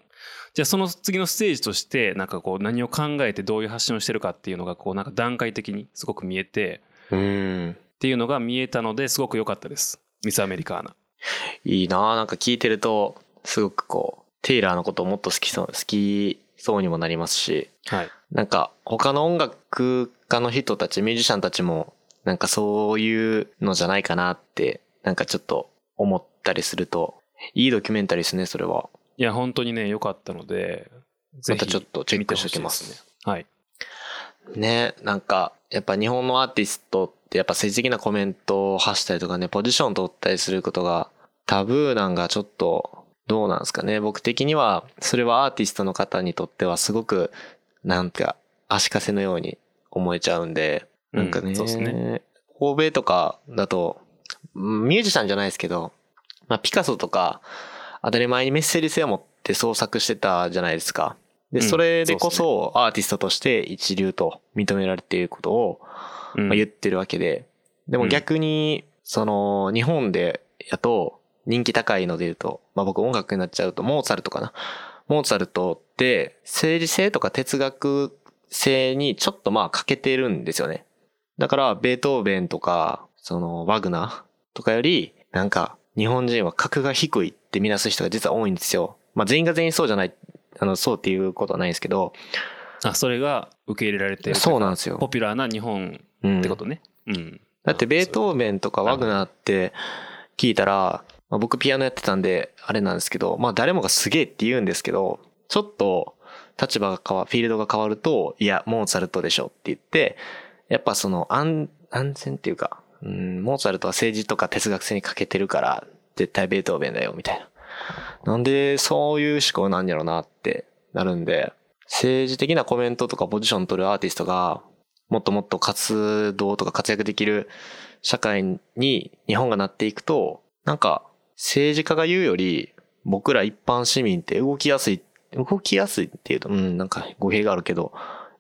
[SPEAKER 1] じゃあその次のステージとしてなんかこう何を考えてどういう発信をしてるかっていうのがこうなんか段階的にすごく見えて
[SPEAKER 2] うん。
[SPEAKER 1] っていうのが見えたのですごく良かったですミス・アメリカーナ
[SPEAKER 2] いいなあなんか聞いてると、すごくこう、テイラーのことをもっと好きそう、好きそうにもなりますし、
[SPEAKER 1] はい
[SPEAKER 2] なんか他の音楽家の人たち、ミュージシャンたちも、なんかそういうのじゃないかなって、なんかちょっと思ったりすると、いいドキュメンタリーですね、それは。
[SPEAKER 1] いや本当にね良かったのでぜ
[SPEAKER 2] ま
[SPEAKER 1] ひ
[SPEAKER 2] たちょっとチェックしておき
[SPEAKER 1] 見
[SPEAKER 2] ま
[SPEAKER 1] てほしいですす。ねはい
[SPEAKER 2] ね、なんか、やっぱ日本のアーティストってやっぱ政治的なコメントを発したりとかね、ポジション取ったりすることがタブーなんがちょっとどうなんですかね。僕的には、それはアーティストの方にとってはすごく、なんか、足かせのように思えちゃうんで、なんかね、
[SPEAKER 1] うんそうですね。
[SPEAKER 2] 欧米とかだと、うんミュージシャンじゃないですけど、まあ、ピカソとか、当たり前にメッセージ性を持って創作してたじゃないですか。で、
[SPEAKER 1] うん
[SPEAKER 2] それでこ
[SPEAKER 1] そ
[SPEAKER 2] そ、アーティストとして一流と認められていることを、
[SPEAKER 1] うん
[SPEAKER 2] まあ、言ってるわけで、でも逆に、その、日本でやと、人気高いので言うと、まあ僕音楽になっちゃうと、モーツァルトかな。モーツァルトって、政治性とか哲学性にちょっとまあ欠けてるんですよね。だから、ベートーベンとか、その、ワグナーとかより、なんか、日本人は格が低いって見なす人が実は多いんですよ。まあ全員が全員そうじゃない、あの、そうっていうことはないんですけど、
[SPEAKER 1] あそれが受け入れられてる
[SPEAKER 2] そうなんですよ。
[SPEAKER 1] ポピュラーな日本
[SPEAKER 2] うん
[SPEAKER 1] ってことね。うん。
[SPEAKER 2] だってベートーベンとかワグナーって聞いたら、まあ、僕ピアノやってたんであれなんですけど、まあ誰もがすげえって言うんですけど、ちょっと立場が変わ、フィールドが変わると、いや、モーツァルトでしょって言って、やっぱその安、安全っていうか、うん、モーツァルトは政治とか哲学性に欠けてるから、絶対ベートーベンだよ、みたいな。なんで、そういう思考なんやろなってなるんで、政治的なコメントとかポジション取るアーティストが、もっともっと活動とか活躍できる社会に日本がなっていくと、なんか政治家が言うより、僕ら一般市民って動きやすい、動きやすいっていうと、うん、なんか語弊があるけど、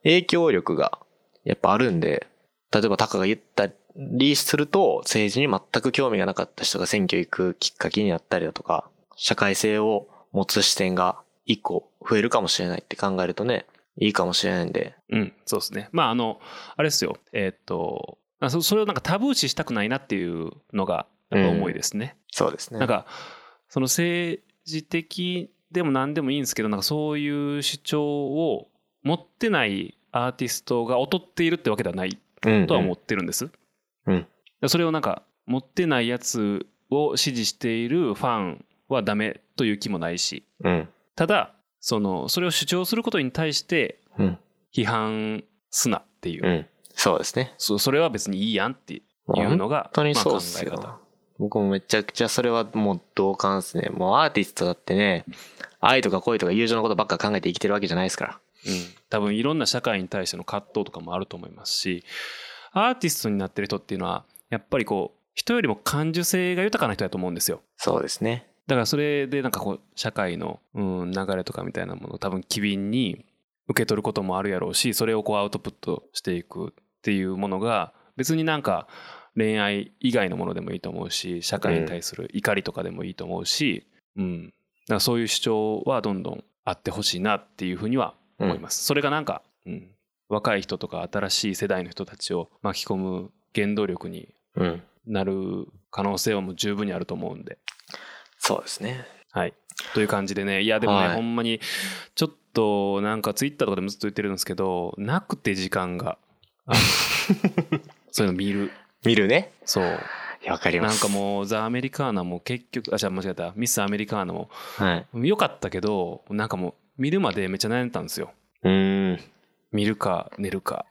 [SPEAKER 2] 影響力がやっぱあるんで、例えばタカが言ったりすると、政治に全く興味がなかった人が選挙行くきっかけになったりだとか、社会性を持つ視点が一個増えるかもしれないって考えるとね、いいかもしれないんで、
[SPEAKER 1] うん、そうですね。まあ、あの、あれですよ。えーっとあそ、それをなんかタブー視したくないなっていうのが、やっぱ思いですね。
[SPEAKER 2] そうですね。
[SPEAKER 1] なんか、その政治的でも何でもいいんですけど、なんかそういう主張を持ってないアーティストが劣っているってわけではない
[SPEAKER 2] うん、
[SPEAKER 1] とは思
[SPEAKER 2] う
[SPEAKER 1] ってるんです。
[SPEAKER 2] うん
[SPEAKER 1] それをなんか、持ってないやつを支持しているファンはダメという気もないし、
[SPEAKER 2] うん。
[SPEAKER 1] ただ、その、それを主張することに対して
[SPEAKER 2] うん。
[SPEAKER 1] 批判すなっていう。
[SPEAKER 2] うん。そうですね。
[SPEAKER 1] そそれは別にいいやんっていう
[SPEAKER 2] まあ
[SPEAKER 1] のが、
[SPEAKER 2] 本当に
[SPEAKER 1] まあ
[SPEAKER 2] そうっすよ、
[SPEAKER 1] 考え方
[SPEAKER 2] 僕もめちゃくちゃそれはもう同感っすねもうアーティストだってね愛とか恋とか友情のことばっか考えて生きてるわけじゃないですから
[SPEAKER 1] うん、多分いろんな社会に対しての葛藤とかもあると思いますしアーティストになってる人っていうのはやっぱりこう人よりも感受性が豊かな人だと思うんですよ
[SPEAKER 2] そうですね
[SPEAKER 1] だからそれでなんかこう社会の、うん、流れとかみたいなものを多分機敏に受け取ることもあるやろうしそれをこうアウトプットしていくっていうものが別になんか恋愛以外のものでもいいと思うし社会に対する怒りとかでもいいと思うし、うん、だからそういう主張はどんどんあってほしいなっていうふうには思います。それがなんか、うん、若い人とか新しい世代の人たちを巻き込む原動力に
[SPEAKER 2] うん
[SPEAKER 1] なる可能性はもう十分にあると思うんで。
[SPEAKER 2] そうですね
[SPEAKER 1] はい。という感じでね、いや、でもね、
[SPEAKER 2] はい
[SPEAKER 1] ほんまに、ちょっと、なんか、ツイッターとかでもずっと言ってるんですけど、なくて時間が、あのそういうの見る。
[SPEAKER 2] 見るね
[SPEAKER 1] そう。
[SPEAKER 2] いやわかりま
[SPEAKER 1] なん
[SPEAKER 2] す
[SPEAKER 1] かもう、ザ・アメリカーナも結局、あ、じゃ間違えた、ミス・アメリカーナも、
[SPEAKER 2] はい
[SPEAKER 1] 良かったけど、なんかもう、見るまでめっちゃ悩んでたんですよ。
[SPEAKER 2] うーん
[SPEAKER 1] 見るか、寝るか、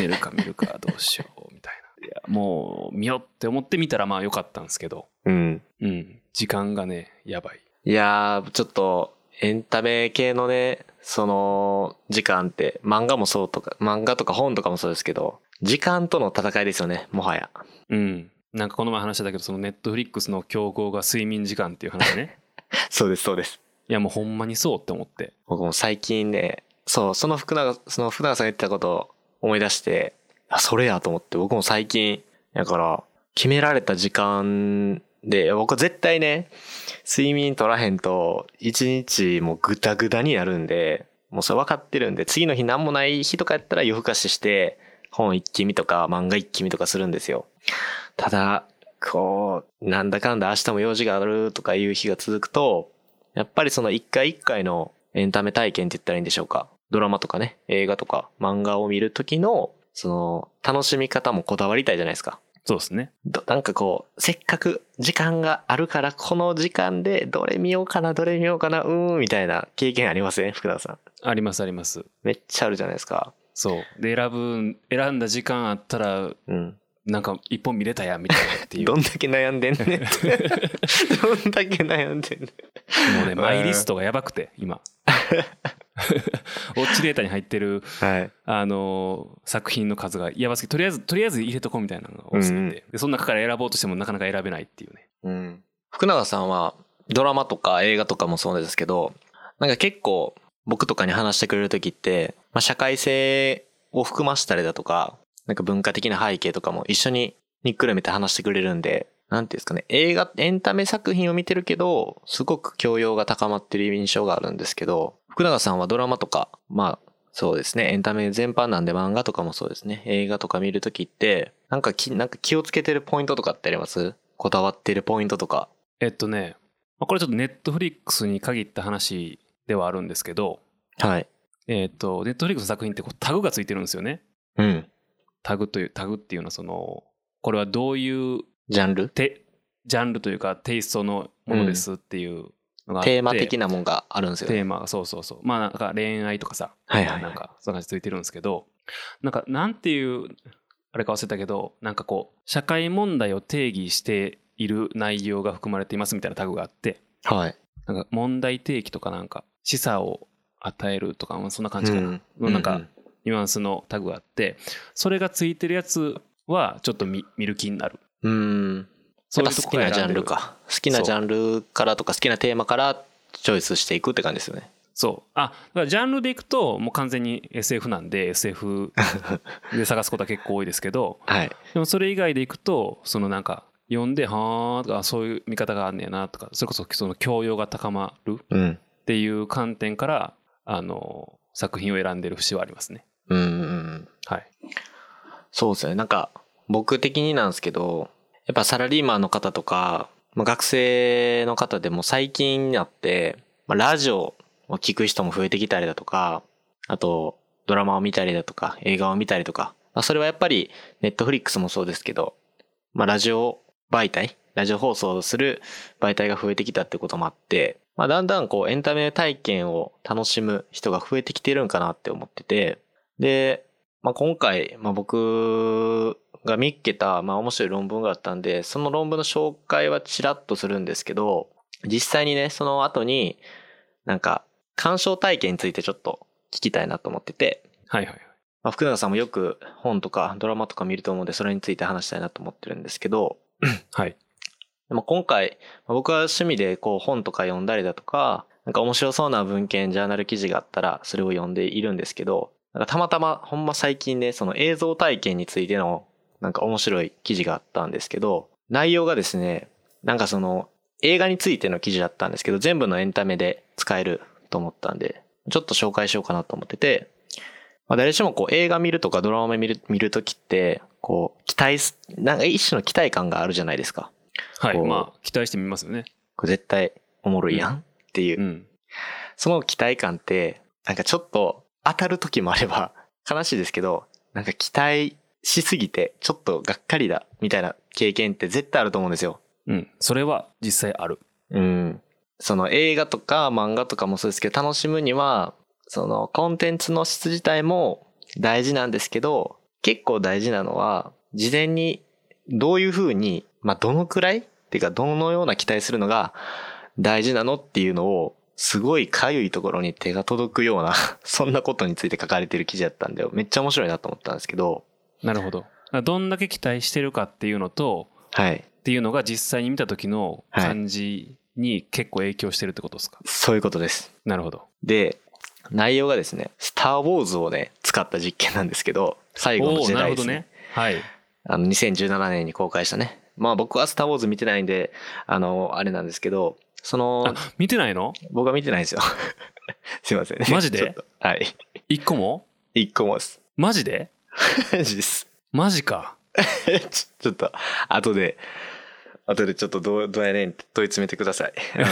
[SPEAKER 1] 寝るか、 *laughs* 見るか、どうしよう、みたいな。いや、もう、見ようって思ってみたら、まあ、良かったんですけど、
[SPEAKER 2] うん
[SPEAKER 1] うん、時間がね、やばい。
[SPEAKER 2] いやーちょっとエンタメ系のねその時間って漫画もそうとか漫画とか本とかもそうですけど時間との戦いですよねもはや
[SPEAKER 1] うん。なんかこの前話してたけど、そのネットフリックスの競合が睡眠時間っていう話 *laughs* ね。
[SPEAKER 2] そうですそうです
[SPEAKER 1] いやもうほんまにそうって思って。
[SPEAKER 2] 僕も最近ね、そう、その福永、その福永さんが言ってたことを思い出して、あ、それやと思って、僕も最近、だから、決められた時間で、僕は絶対ね、睡眠取らへんと、一日もうグダグダになるんで、もうそれ分かってるんで、次の日何もない日とかやったら夜更かしして、本一気見とか漫画一気見とかするんですよ。ただ、こう、なんだかんだ明日も用事があるとかいう日が続くと、やっぱりその一回一回のエンタメ体験って言ったらいいんでしょうか。ドラマとかね、映画とか漫画を見るときの、その、楽しみ方もこだわりたいじゃないですか。
[SPEAKER 1] そうですね。
[SPEAKER 2] どなんかこう、せっかく時間があるから、この時間でどれ見ようかな、どれ見ようかな、うーん、みたいな経験ありません福田さん。
[SPEAKER 1] ありますあります。
[SPEAKER 2] めっちゃあるじゃないですか。
[SPEAKER 1] そう。で、選ぶ、選んだ時間あったら、
[SPEAKER 2] うん。
[SPEAKER 1] なんか一本見れたやみたいなっていう
[SPEAKER 2] どんだけ悩んでんねんって。
[SPEAKER 1] *laughs*
[SPEAKER 2] どんだけ悩んでんねん。
[SPEAKER 1] もうねマイリストがやばくて *laughs* 今ウォッチデータに入ってる、
[SPEAKER 2] はい。
[SPEAKER 1] あのー作品の数がやばすぎてとりあえずとりあえず入れとこうみたいなのが多すぎて、
[SPEAKER 2] うんうん
[SPEAKER 1] でその中から選ぼうとしてもなかなか選べないっていうね
[SPEAKER 2] うん。福永さんはドラマとか映画とかもそうですけど、なんか結構僕とかに話してくれる時って、まあ、社会性を含ましたりだとか、なんか文化的な背景とかも一緒ににっくるめて話してくれるんで、なんていうんですかね、映画、エンタメ作品を見てるけど、すごく教養が高まってる印象があるんですけど、福永さんはドラマとか、まあ、そうですね、エンタメ全般なんで漫画とかもそうですね、映画とか見るときって、なんかき、なんか気をつけてるポイントとかってありますこだわってるポイントとか。
[SPEAKER 1] えっとねまあこれちょっとネットフリックスに限った話ではあるんですけど
[SPEAKER 2] はい。
[SPEAKER 1] えっとネットフリックスの作品ってこうタグがついてるんですよね
[SPEAKER 2] うん。
[SPEAKER 1] タグというタグっていうのはそのこれはどういう
[SPEAKER 2] ジャンル
[SPEAKER 1] てジャンルというかテイストのものですっていうのがあって、
[SPEAKER 2] テーマ的なもんがあるんですよね。
[SPEAKER 1] テーマがそうそうそうまあなんか恋愛とかさ、
[SPEAKER 2] はいはいはい
[SPEAKER 1] なんかそんな感じついてるんですけどなんかなんていうあれか忘れたけどなんかこう社会問題を定義している内容が含まれていますみたいなタグがあって
[SPEAKER 2] はい。
[SPEAKER 1] なんか問題提起とかなんか示唆を与えるとかまあそんな感じかな、
[SPEAKER 2] うん
[SPEAKER 1] のなんかニュアンスのタグがあってそれがついてるやつはちょっと見見る気になる
[SPEAKER 2] うん。うん
[SPEAKER 1] そうい
[SPEAKER 2] や
[SPEAKER 1] う
[SPEAKER 2] っ
[SPEAKER 1] と
[SPEAKER 2] ぱ
[SPEAKER 1] こ
[SPEAKER 2] 好き
[SPEAKER 1] が選
[SPEAKER 2] なジャ
[SPEAKER 1] んで
[SPEAKER 2] ン
[SPEAKER 1] る
[SPEAKER 2] ルか。好きなジャンルからとか好きなテーマからチョイスしていくって感じですよね。
[SPEAKER 1] そうあだからジャンルでいくともう完全に SF なんで
[SPEAKER 2] *laughs*
[SPEAKER 1] SF で探すことは結構多いですけど
[SPEAKER 2] はい。
[SPEAKER 1] でもそれ以外でいくとそのなんか読んで「はあ」とかあそういう見方があんねやなとかそれこそその教養が高まるっ
[SPEAKER 2] うん。
[SPEAKER 1] ていう観点からあの作品を選んでる節はありますね。
[SPEAKER 2] うんうん。
[SPEAKER 1] はい、
[SPEAKER 2] そうですよね。なんか、僕的になんですけど、やっぱサラリーマンの方とか、まあ、学生の方でも最近になって、まあ、ラジオを聞く人も増えてきたりだとか、あと、ドラマを見たりだとか、映画を見たりとか、まあ、それはやっぱり、ネットフリックスもそうですけど、まあ、ラジオ媒体、ラジオ放送をする媒体が増えてきたってこともあって、まあ、だんだんこう、エンタメ体験を楽しむ人が増えてきてるんかなって思ってて、で、まあ、今回、まあ、僕が見っけた、まあ、面白い論文があったんで、その論文の紹介はちらっとするんですけど、実際にね、その後に、なんか、鑑賞体験についてちょっと聞きたいなと思ってて、
[SPEAKER 1] はいはいはい
[SPEAKER 2] まあ、福永さんもよく本とかドラマとか見ると思うんで、それについて話したいなと思ってるんですけど、
[SPEAKER 1] はい
[SPEAKER 2] でも今回、まあ僕は趣味でこう本とか読んだりだとか、なんか面白そうな文献、ジャーナル記事があったらそれを読んでいるんですけど、なんかたまたまほんま最近ね、その映像体験についてのなんか面白い記事があったんですけど、内容がですね、なんかその映画についての記事だったんですけど、全部のエンタメで使えると思ったんで、ちょっと紹介しようかなと思ってて、まあ、誰しもこう映画見るとかドラマ見る見るときって、こう期待す、なんか一種の期待感があるじゃないですか。
[SPEAKER 1] はい
[SPEAKER 2] こう
[SPEAKER 1] まあ期待してみますよね。
[SPEAKER 2] これ絶対おもろいやんっていう、
[SPEAKER 1] うん、
[SPEAKER 2] その期待感って、なんかちょっと当たる時もあれば、悲しいですけど、なんか期待しすぎて、ちょっとがっかりだ、みたいな経験って絶対あると思うんですよ。
[SPEAKER 1] うん、それは実際ある。
[SPEAKER 2] うん。その映画とか漫画とかもそうですけど、楽しむには、そのコンテンツの質自体も大事なんですけど、結構大事なのは、事前にどういうふうに、まあ、どのくらいっていうか、どのような期待するのが大事なのっていうのを、すごいかゆいところに手が届くような、 *laughs* そんなことについて書かれてる記事だったんで、めっちゃ面白いなと思ったんですけど、
[SPEAKER 1] なるほど。だからどんだけ期待してるかっていうのと
[SPEAKER 2] はい。
[SPEAKER 1] っていうのが実際に見た時の感じに結構影響してるってことですか。
[SPEAKER 2] そういうことです。
[SPEAKER 1] なるほど。
[SPEAKER 2] で、内容がですね、スター・ウォーズをね、使った実験なんですけど、最後の
[SPEAKER 1] おお
[SPEAKER 2] 時
[SPEAKER 1] ーなるほ
[SPEAKER 2] 代で
[SPEAKER 1] ど
[SPEAKER 2] すね。
[SPEAKER 1] ね。はい。
[SPEAKER 2] あの、2017年に公開したね。まあ僕はスター・ウォーズ見てないんで、あの、あれなんですけど、その
[SPEAKER 1] あ、見てないの
[SPEAKER 2] 僕は見てないんですよ。 *laughs* すいませんね。
[SPEAKER 1] マジで
[SPEAKER 2] ちょっとはい。
[SPEAKER 1] 一個も
[SPEAKER 2] 一個もです。
[SPEAKER 1] マジで
[SPEAKER 2] マジです。
[SPEAKER 1] マジか。
[SPEAKER 2] *laughs* ちょちょっと、後で、後でちょっとどう、どうやねんって問い詰めて
[SPEAKER 1] *laughs*
[SPEAKER 2] ください。あの、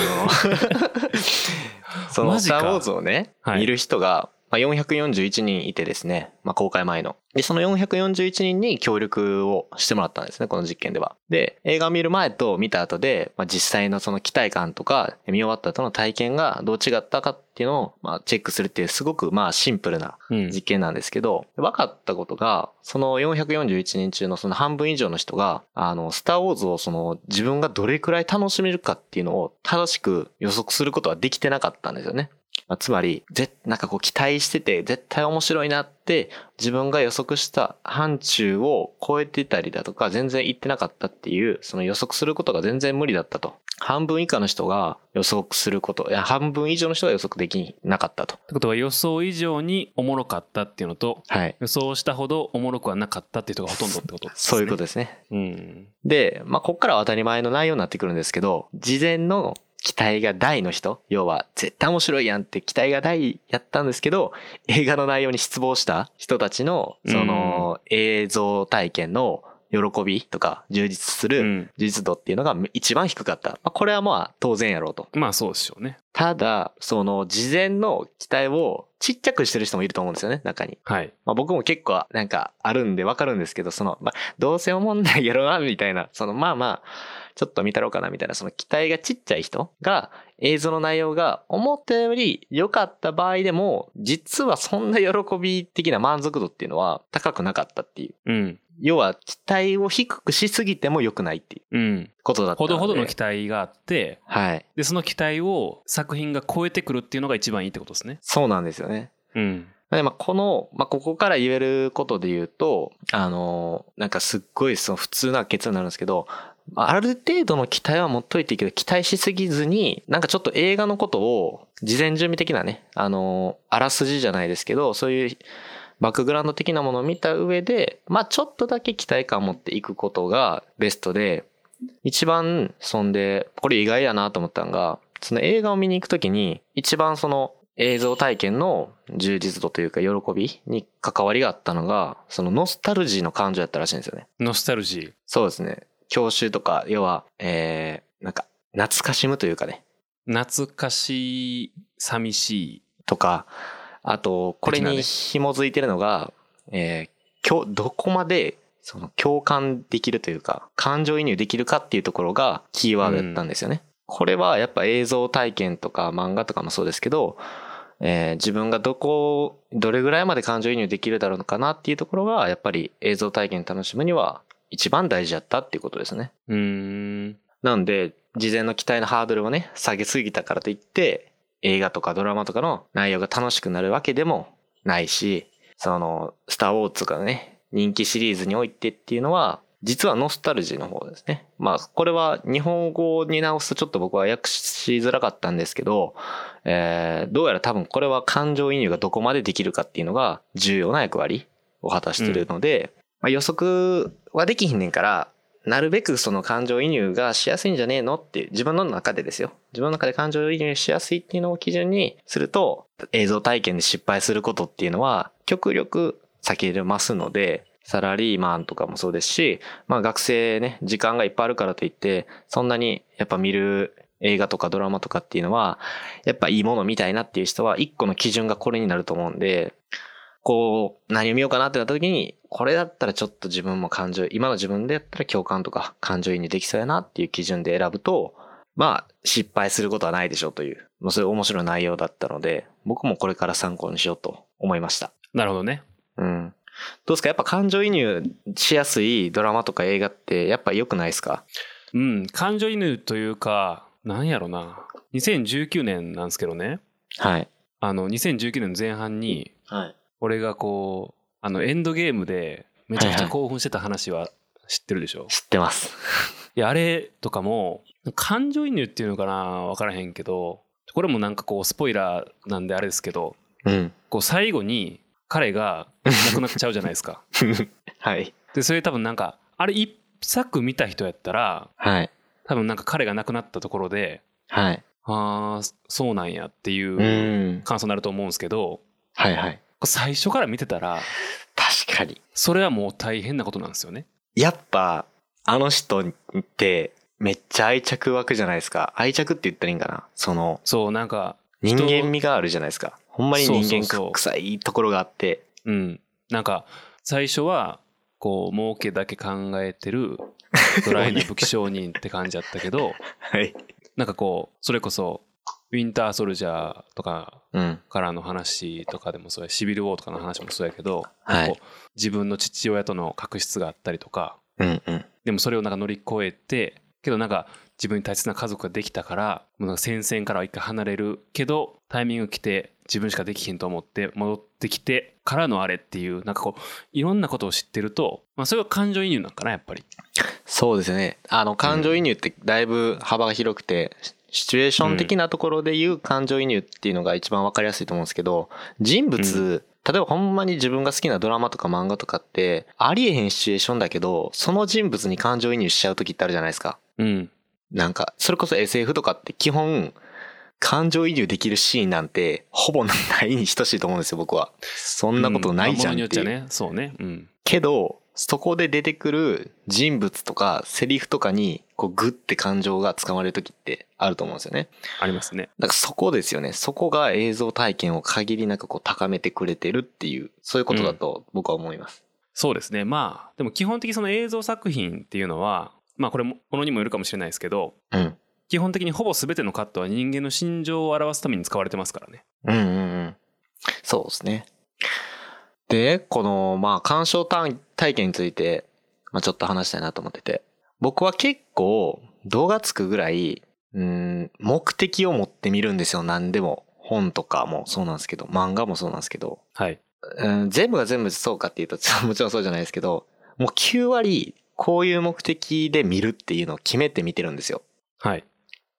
[SPEAKER 2] その、
[SPEAKER 1] マ
[SPEAKER 2] ス
[SPEAKER 1] ジ
[SPEAKER 2] タ
[SPEAKER 1] か
[SPEAKER 2] ー・ウォーズをね、
[SPEAKER 1] はい
[SPEAKER 2] 見る人が、まあ、441人いてですね、まあ、公開前の。で、その441人に協力をしてもらったんですね、この実験では。で、映画を見る前と見た後で、まあ、実際のその期待感とか、見終わった後の体験がどう違ったかっていうのを、まあ、チェックするっていう、すごく、まあ、シンプルな
[SPEAKER 1] うん
[SPEAKER 2] 実験なんですけど、分かったことが、その441人中のその半分以上の人が、あの、スター・ウォーズをその自分がどれくらい楽しめるかっていうのを正しく予測することはできてなかったんですよね。まあつまり、ぜ、なんかこう期待してて、絶対面白いなって、自分が予測した範疇を超えてたりだとか、全然行ってなかったっていう、その予測することが全然無理だったと。半分以下の人が予測すること、いや、半分以上の人が予測できなかったと。
[SPEAKER 1] ってことは予想以上におもろかったっていうのと
[SPEAKER 2] はい。
[SPEAKER 1] 予想したほどおもろくはなかったっていう人がほとんどってことですね
[SPEAKER 2] *laughs* そういうことですね。
[SPEAKER 1] うん
[SPEAKER 2] で、まあ、こっからは当たり前の内容になってくるんですけど、事前の期待が大の人、要は絶対面白いやんって期待が大やったんですけど、映画の内容に失望した人たちの、その映像体験の喜びとか充実す
[SPEAKER 1] う
[SPEAKER 2] る
[SPEAKER 1] ん
[SPEAKER 2] 充実度っていうのが一番低かった。まあ、これはまあ当然やろうと。
[SPEAKER 1] まあそうでしょうね
[SPEAKER 2] ただ、その事前の期待をちっちゃくしてる人もいると思うんですよね、中に。
[SPEAKER 1] はい
[SPEAKER 2] まあ、僕も結構なんかあるんでわかるんですけど、その、まあ、どうせ思んないやろな、みたいな、その、まあまあ、ちょっと見たろうかな、みたいな、その期待がちっちゃい人が、映像の内容が思ったより良かった場合でも、実はそんな喜び的な満足度っていうのは高くなかったっていう。
[SPEAKER 1] うん
[SPEAKER 2] 要は、期待を低くしすぎても良くないっていう
[SPEAKER 1] うん
[SPEAKER 2] ことだった
[SPEAKER 1] ほ
[SPEAKER 2] ので。
[SPEAKER 1] どほどの期待があって
[SPEAKER 2] はい。
[SPEAKER 1] でその期待を作品が超えてくるっていうのが一番いいってことですね
[SPEAKER 2] そうなんですよね。
[SPEAKER 1] うん
[SPEAKER 2] で、まあ、この、まあ、ここから言えることで言うと、あの、なんかすっごいその普通な結論になるんですけど、まあある程度の期待は持っといていいけど、期待しすぎずに、なんかちょっと映画のことを、事前準備的なね、あの、あらすじじゃないですけど、そういうバックグラウンド的なものを見た上で、まあ、ちょっとだけ期待感を持っていくことがベストで、一番、そんで、これ意外やなと思ったのが、その映画を見に行くときに、一番その映像体験の充実度というか喜びに関わりがあったのが、そのノスタルジーの感情やったらしいんですよね。
[SPEAKER 1] ノスタルジー
[SPEAKER 2] そうですね。教習とか、要は、えー、なんか、懐かしむというかね、
[SPEAKER 1] 懐かしい寂しい
[SPEAKER 2] とか、あと、これ
[SPEAKER 1] 的な
[SPEAKER 2] に
[SPEAKER 1] ね
[SPEAKER 2] 紐づいてるのが、えー、きょどこまで、その共感できるというか、感情移入できるかっていうところがキーワードだったんですよね。これはやっぱ映像体験とか漫画とかもそうですけど、えー自分がどこ、どれぐらいまで感情移入できるだろうかなっていうところが、やっぱり映像体験楽しむには一番大事だったっていうことですね。
[SPEAKER 1] うーん
[SPEAKER 2] なんで、事前の期待のハードルをね、下げすぎたからといって、映画とかドラマとかの内容が楽しくなるわけでもないし、その、スター・ウォーズとかね、人気シリーズにおいてっていうのは、実はノスタルジーの方ですね。まあ、これは日本語に直すとちょっと僕は訳しづらかったんですけど、えーどうやら多分これは感情移入がどこまでできるかっていうのが重要な役割を果たしてるので、まあ、予測はできひんねんから、なるべくその感情移入がしやすいんじゃねえのって自分の中でですよ。自分の中で感情移入しやすいっていうのを基準にすると映像体験で失敗することっていうのは極力避けれますので、サラリーマンとかもそうですし、まあ学生ね、時間がいっぱいあるからといって、そんなにやっぱ見る映画とかドラマとかっていうのは、やっぱいいもの見たいなっていう人は一個の基準がこれになると思うんで、こう、何を見ようかなってなった時に、これだったらちょっと自分も感情、今の自分でやったら共感とか感情移入できそうやなっていう基準で選ぶと、まあ、失敗することはないでしょうという、もうそういう面白い内容だったので、僕もこれから参考にしようと思いました。
[SPEAKER 1] なるほどね
[SPEAKER 2] うん。どうですかやっぱ感情移入しやすいドラマとか映画って、やっぱ良くないですか
[SPEAKER 1] うん感情移入というかなんやろな2019年なんですけどね
[SPEAKER 2] はい。
[SPEAKER 1] あの2019年の前半に
[SPEAKER 2] はい。
[SPEAKER 1] 俺がこうあのエンドゲームでめちゃくちゃ興奮してた話は知ってるでしょ、い
[SPEAKER 2] 知ってます。
[SPEAKER 1] やあれとかも感情移入っていうのかな分からへんけどこれもなんかこうスポイラーなんであれですけど
[SPEAKER 2] うん。 *laughs*
[SPEAKER 1] こう最後に彼が亡くなっちゃうじゃないです *laughs* か
[SPEAKER 2] はい。
[SPEAKER 1] でそれ多分なんかあれ一作見た人やったら
[SPEAKER 2] はい。
[SPEAKER 1] 多分なんか彼が亡くなったところで
[SPEAKER 2] はい。。
[SPEAKER 1] ああそうなんやっていううん感想になると思うんですけど
[SPEAKER 2] はいはい。
[SPEAKER 1] 最初から見てたら
[SPEAKER 2] 確かに。
[SPEAKER 1] それはもう大変なことなんですよね
[SPEAKER 2] やっぱ、あの人って、めっちゃ愛着湧くじゃないですか。愛着って言ったらいいんかな。その、
[SPEAKER 1] そうなんか
[SPEAKER 2] 人間味があるじゃないですか。ほんまに人間
[SPEAKER 1] そうそうそう
[SPEAKER 2] く臭いところがあって、
[SPEAKER 1] うん。なんか、最初は、こう、儲けだけ考えて
[SPEAKER 2] *laughs*
[SPEAKER 1] る、ドライな武器商人って感じだったけど、
[SPEAKER 2] はい。
[SPEAKER 1] なんかこう、それこそ、ウィンターソルジャーとか
[SPEAKER 2] うん。
[SPEAKER 1] からの話とかでもそうや、シビルウォーとかの話もそうやけど、
[SPEAKER 2] はい
[SPEAKER 1] なんかこう自分の父親との確執があったりとか、
[SPEAKER 2] うんうん。
[SPEAKER 1] でもそれをなんか乗り越えて、けどなんか自分に大切な家族ができたから、もうなんか戦線からは一回離れるけど、タイミング来て自分しかできひんと思って戻ってきてからのあれっていう、なんかこう、いろんなことを知ってると、まあそれは感情移入なんかな、やっぱり。
[SPEAKER 2] そうですね。あの、感情移入ってだいぶ幅が広くて、シシチュエーション的なところで言う感情移入っていうのが一番わかりやすいと思うんですけど、人物、例えばほんまに自分が好きなドラマとか漫画とかって、ありえへんシチュエーションだけど、その人物に感情移入しちゃう時ってあるじゃないですか。
[SPEAKER 1] うん。
[SPEAKER 2] なんか、それこそ SF とかって基本、感情移入できるシーンなんて、ほぼないに等しいと思うんですよ、僕は。そんなことないじゃんっていう。
[SPEAKER 1] うまあものによっちゃね、そうね。うん。
[SPEAKER 2] けどそこで出てくる人物とかセリフとかにこうグッて感情がつかまれる時ってあると思うんですよね
[SPEAKER 1] ありますね。
[SPEAKER 2] だからそこですよねそこが映像体験を限りなくこう高めてくれてるっていうそういうことだと僕は思います、
[SPEAKER 1] そうですね。まあ、でも基本的にその映像作品っていうのは、まあこれも、ものにもよるかもしれないですけど、
[SPEAKER 2] うん、うん
[SPEAKER 1] 基本的にほぼ全てのカットは人間の心情を表すために使われてますからね。
[SPEAKER 2] うんうんそうですねでこのまあ鑑賞体体験について、まあ、ちょっと話したいなと思ってて僕は結構動画つくぐらいうん、目的を持って見るんですよ。何でも。本とかもそうなんですけど、漫画もそうなんですけど、
[SPEAKER 1] はい。
[SPEAKER 2] うん、全部が全部そうかっていうと、 *laughs* もちろんそうじゃないですけど、もう9割、こういう目的で見るっていうのを決めて見てるんですよ。
[SPEAKER 1] はい。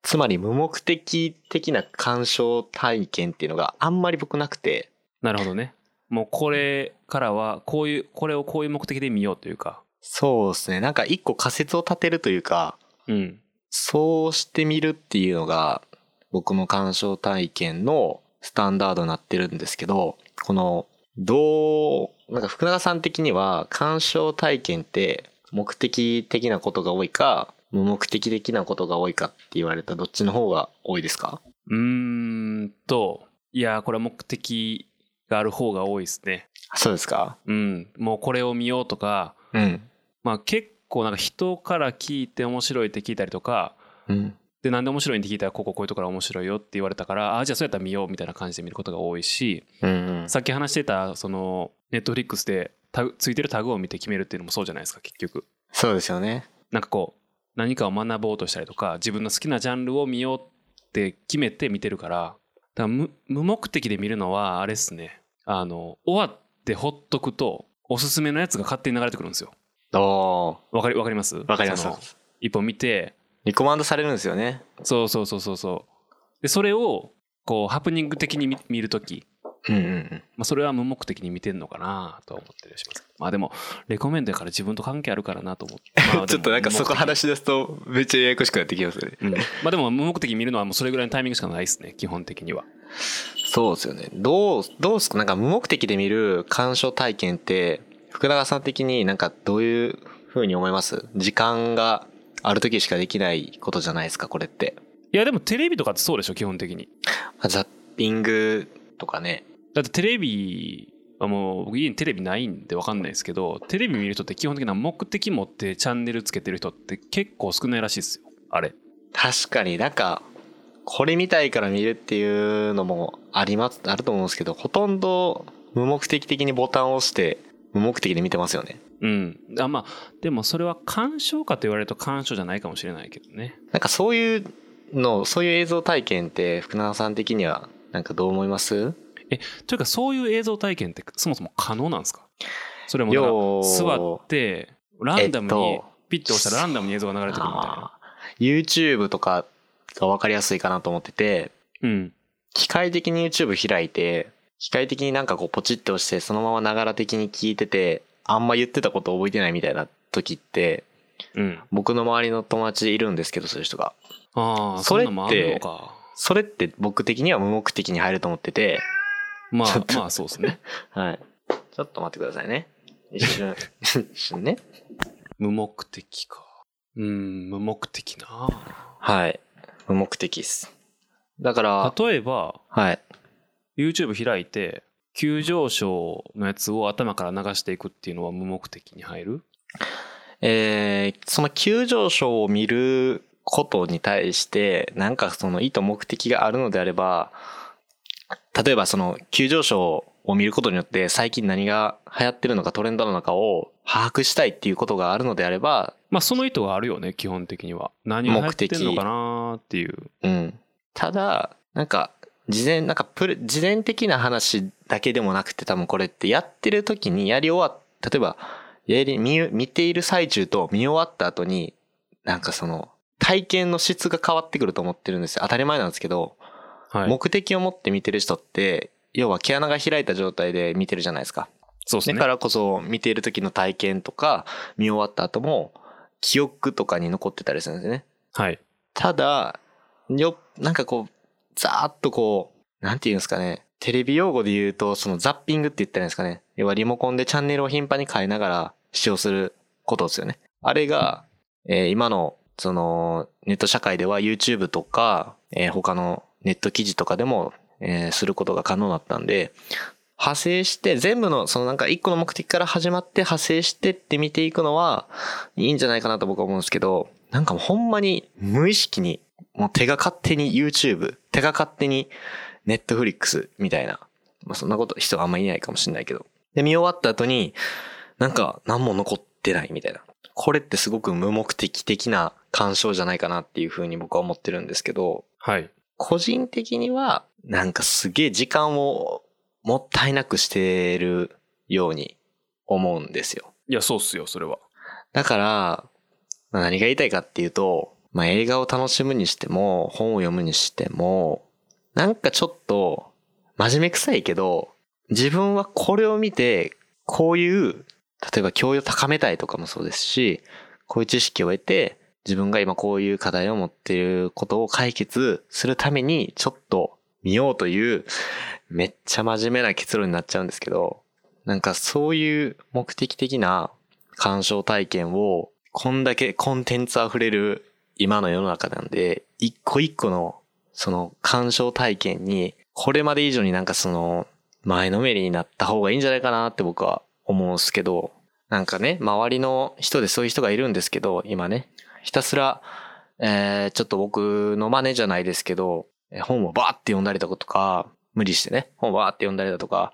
[SPEAKER 2] つまり無目的的な鑑賞体験っていうのがあんまり僕なくて、
[SPEAKER 1] なるほどね。もうこれからはこういうこれをこういう目的で見ようというか、
[SPEAKER 2] そうですね。なんか一個仮説を立てるというか、
[SPEAKER 1] うん、
[SPEAKER 2] そうしてみるっていうのが僕の鑑賞体験のスタンダードになってるんですけど、この、どう、なんか福永さん的には鑑賞体験って目的的なことが多いか、無目的的なことが多いかって言われたらどっちの方が多いですか
[SPEAKER 1] うーんといやーこれは目的がある方が多いですね。
[SPEAKER 2] そうですか
[SPEAKER 1] うん、もうこれを見ようとか、
[SPEAKER 2] うん。
[SPEAKER 1] まあ結構なんか人から聞いて面白いって聞いたりとか、
[SPEAKER 2] うん。
[SPEAKER 1] でなんで面白いって聞いたらこここういうところが面白いよって言われたから、ああじゃあそうやったら見ようみたいな感じで見ることが多いし、
[SPEAKER 2] うん。
[SPEAKER 1] さっき話してたそのネットフリックスでタグついてるタグを見て決めるっていうのもそうじゃないですか結局。
[SPEAKER 2] そうですよね。
[SPEAKER 1] なんかこう何かを学ぼうとしたりとか自分の好きなジャンルを見ようって決めて見てるからだから無無目的で見るのはあれっすねあの終わってほっとくとおすすめのやつが勝手に流れてくるんですよ
[SPEAKER 2] お
[SPEAKER 1] わかりわかります
[SPEAKER 2] わかります
[SPEAKER 1] その一本見て
[SPEAKER 2] リコマンドされるんですよね。
[SPEAKER 1] そうそうそうそうそうでそれをこうハプニング的に見見るとき、
[SPEAKER 2] うんうんうん。
[SPEAKER 1] まあ、それは無目的に見てんのかなとは思ったりはしますまあでもレコメンドやから自分と関係あるからなと思って、まあ
[SPEAKER 2] *laughs* ちょっとなんかそ
[SPEAKER 1] で
[SPEAKER 2] こ
[SPEAKER 1] も無目的
[SPEAKER 2] 話し出すとめっちゃややこしくなってきますね。
[SPEAKER 1] うんまあでも無目的に見るのはもうそれぐらいのタイミングしかないですね基本的には
[SPEAKER 2] そうですよね。どう、どうすかなんか無目的で見る鑑賞体験って、福永さん的になんかどういう風に思います時間がある時しかできないことじゃないですか、これって。
[SPEAKER 1] いやでもテレビとかってそうでしょ基本的に
[SPEAKER 2] ザッピングとかね。
[SPEAKER 1] だってテレビはもう僕家にテレビないんで分かんないですけどテレビ見る人って基本的な目的持ってチャンネルつけてる人って結構少ないらしいですよあれ
[SPEAKER 2] 確かになんか、これ見たいから見るっていうのもあります、あると思うんですけど、ほとんど無目的的にボタンを押して、無目的で見てますよね。
[SPEAKER 1] うんあまあでもそれは鑑賞かと言われると鑑賞じゃないかもしれないけどね
[SPEAKER 2] なんかそういうの、そういう映像体験って福永さん的にはなんかどう思います
[SPEAKER 1] というかそういう映像体験ってそもそも可能なんですかそれもなんか
[SPEAKER 2] よー
[SPEAKER 1] 座ってランダム
[SPEAKER 2] えっ
[SPEAKER 1] に
[SPEAKER 2] と
[SPEAKER 1] ピッて押したらランダムに映像が流れてくるみたいな
[SPEAKER 2] あー YouTube とかが分かりやすいかなと思ってて、
[SPEAKER 1] うん
[SPEAKER 2] 機械的に YouTube 開いて、機械的になんかこうポチッと押して、そのままながら的に聞いてて、あんま言ってたこと覚えてないみたいな時って、
[SPEAKER 1] うん
[SPEAKER 2] 僕の周りの友達いるんですけど、そういう人が。
[SPEAKER 1] ああ、
[SPEAKER 2] それって
[SPEAKER 1] んなのもあるのか。
[SPEAKER 2] それって僕的には無目的に入ると思ってて、
[SPEAKER 1] ま
[SPEAKER 2] ちょっ
[SPEAKER 1] あ、
[SPEAKER 2] と
[SPEAKER 1] まあそうです
[SPEAKER 2] *laughs*
[SPEAKER 1] ね。
[SPEAKER 2] はい。ちょっと待ってくださいね。一
[SPEAKER 1] *laughs*
[SPEAKER 2] 瞬、一瞬ね。
[SPEAKER 1] 無目的か。うん、無目的な。
[SPEAKER 2] はい。無目的です。だから、
[SPEAKER 1] 例えば、
[SPEAKER 2] はい。
[SPEAKER 1] YouTube 開いて急上昇のやつを頭から流していくっていうのは無目的に入る
[SPEAKER 2] えーその急上昇を見ることに対して、なんかその意図目的があるのであれば、例えばその急上昇を見ることによって最近何が流行ってるのかトレンドなのかを把握したいっていうことがあるのであれば、
[SPEAKER 1] まあその意図があるよね基本的には何をやってんのかなーっていう
[SPEAKER 2] うん。ただ、なんか、事前、なんかプレ、事前的な話だけでもなくて多分これってやってる時にやり終わっ、例えば、やり、見、見ている最中と見終わった後に、なんかその、体験の質が変わってくると思ってるんですよ。当たり前なんですけど、
[SPEAKER 1] はい
[SPEAKER 2] 目的を持って見てる人って、要は毛穴が開いた状態で見てるじゃないですか。
[SPEAKER 1] そうです
[SPEAKER 2] だ
[SPEAKER 1] ね
[SPEAKER 2] からこそ見ている時の体験とか、見終わった後も、記憶とかに残ってたりするんですよね。
[SPEAKER 1] はい
[SPEAKER 2] ただ、よ、なんかこう、ざーっとこう、なんていうんですかね。テレビ用語で言うと、そのザッピングって言ったらいいんですかね。要はリモコンでチャンネルを頻繁に変えながら視聴することですよね。あれが、えー今の、その、ネット社会では YouTube とか、えー他のネット記事とかでも、えーすることが可能だったんで、派生して、全部の、そのなんか一個の目的から始まって派生してって見ていくのは、いいんじゃないかなと僕は思うんですけど、なんかもうほんまに無意識に、もう手が勝手に YouTube、手が勝手に Netflix みたいな、まあそんなこと人があんまいないかもしれないけど。で、見終わった後に、なんか何も残ってないみたいな。これってすごく無目的的な干渉じゃないかなっていうふうに僕は思ってるんですけど、
[SPEAKER 1] はい
[SPEAKER 2] 個人的には、なんかすげえ時間をもったいなくしてるように思うんですよ。
[SPEAKER 1] いやそうっすよそれは
[SPEAKER 2] だから、まあ何が言いたいかっていうと、まあ、映画を楽しむにしても、本を読むにしても、なんかちょっと、真面目くさいけど、自分はこれを見て、こういう、例えば教養を高めたいとかもそうですし、こういう知識を得て、自分が今こういう課題を持っていることを解決するために、ちょっと見ようという、めっちゃ真面目な結論になっちゃうんですけど、なんかそういう目的的な鑑賞体験を、こんだけコンテンツ溢れる今の世の中なんで、一個一個の、その鑑賞体験に、これまで以上になんかその、前のめりになった方がいいんじゃないかなって僕は思うんですけど、なんかね、周りの人でそういう人がいるんですけど、今ね、ひたすら、えー、ちょっと僕の真似じゃないですけど、えー本をバーって読んだりだとか、無理してね、本をバーって読んだりだとか、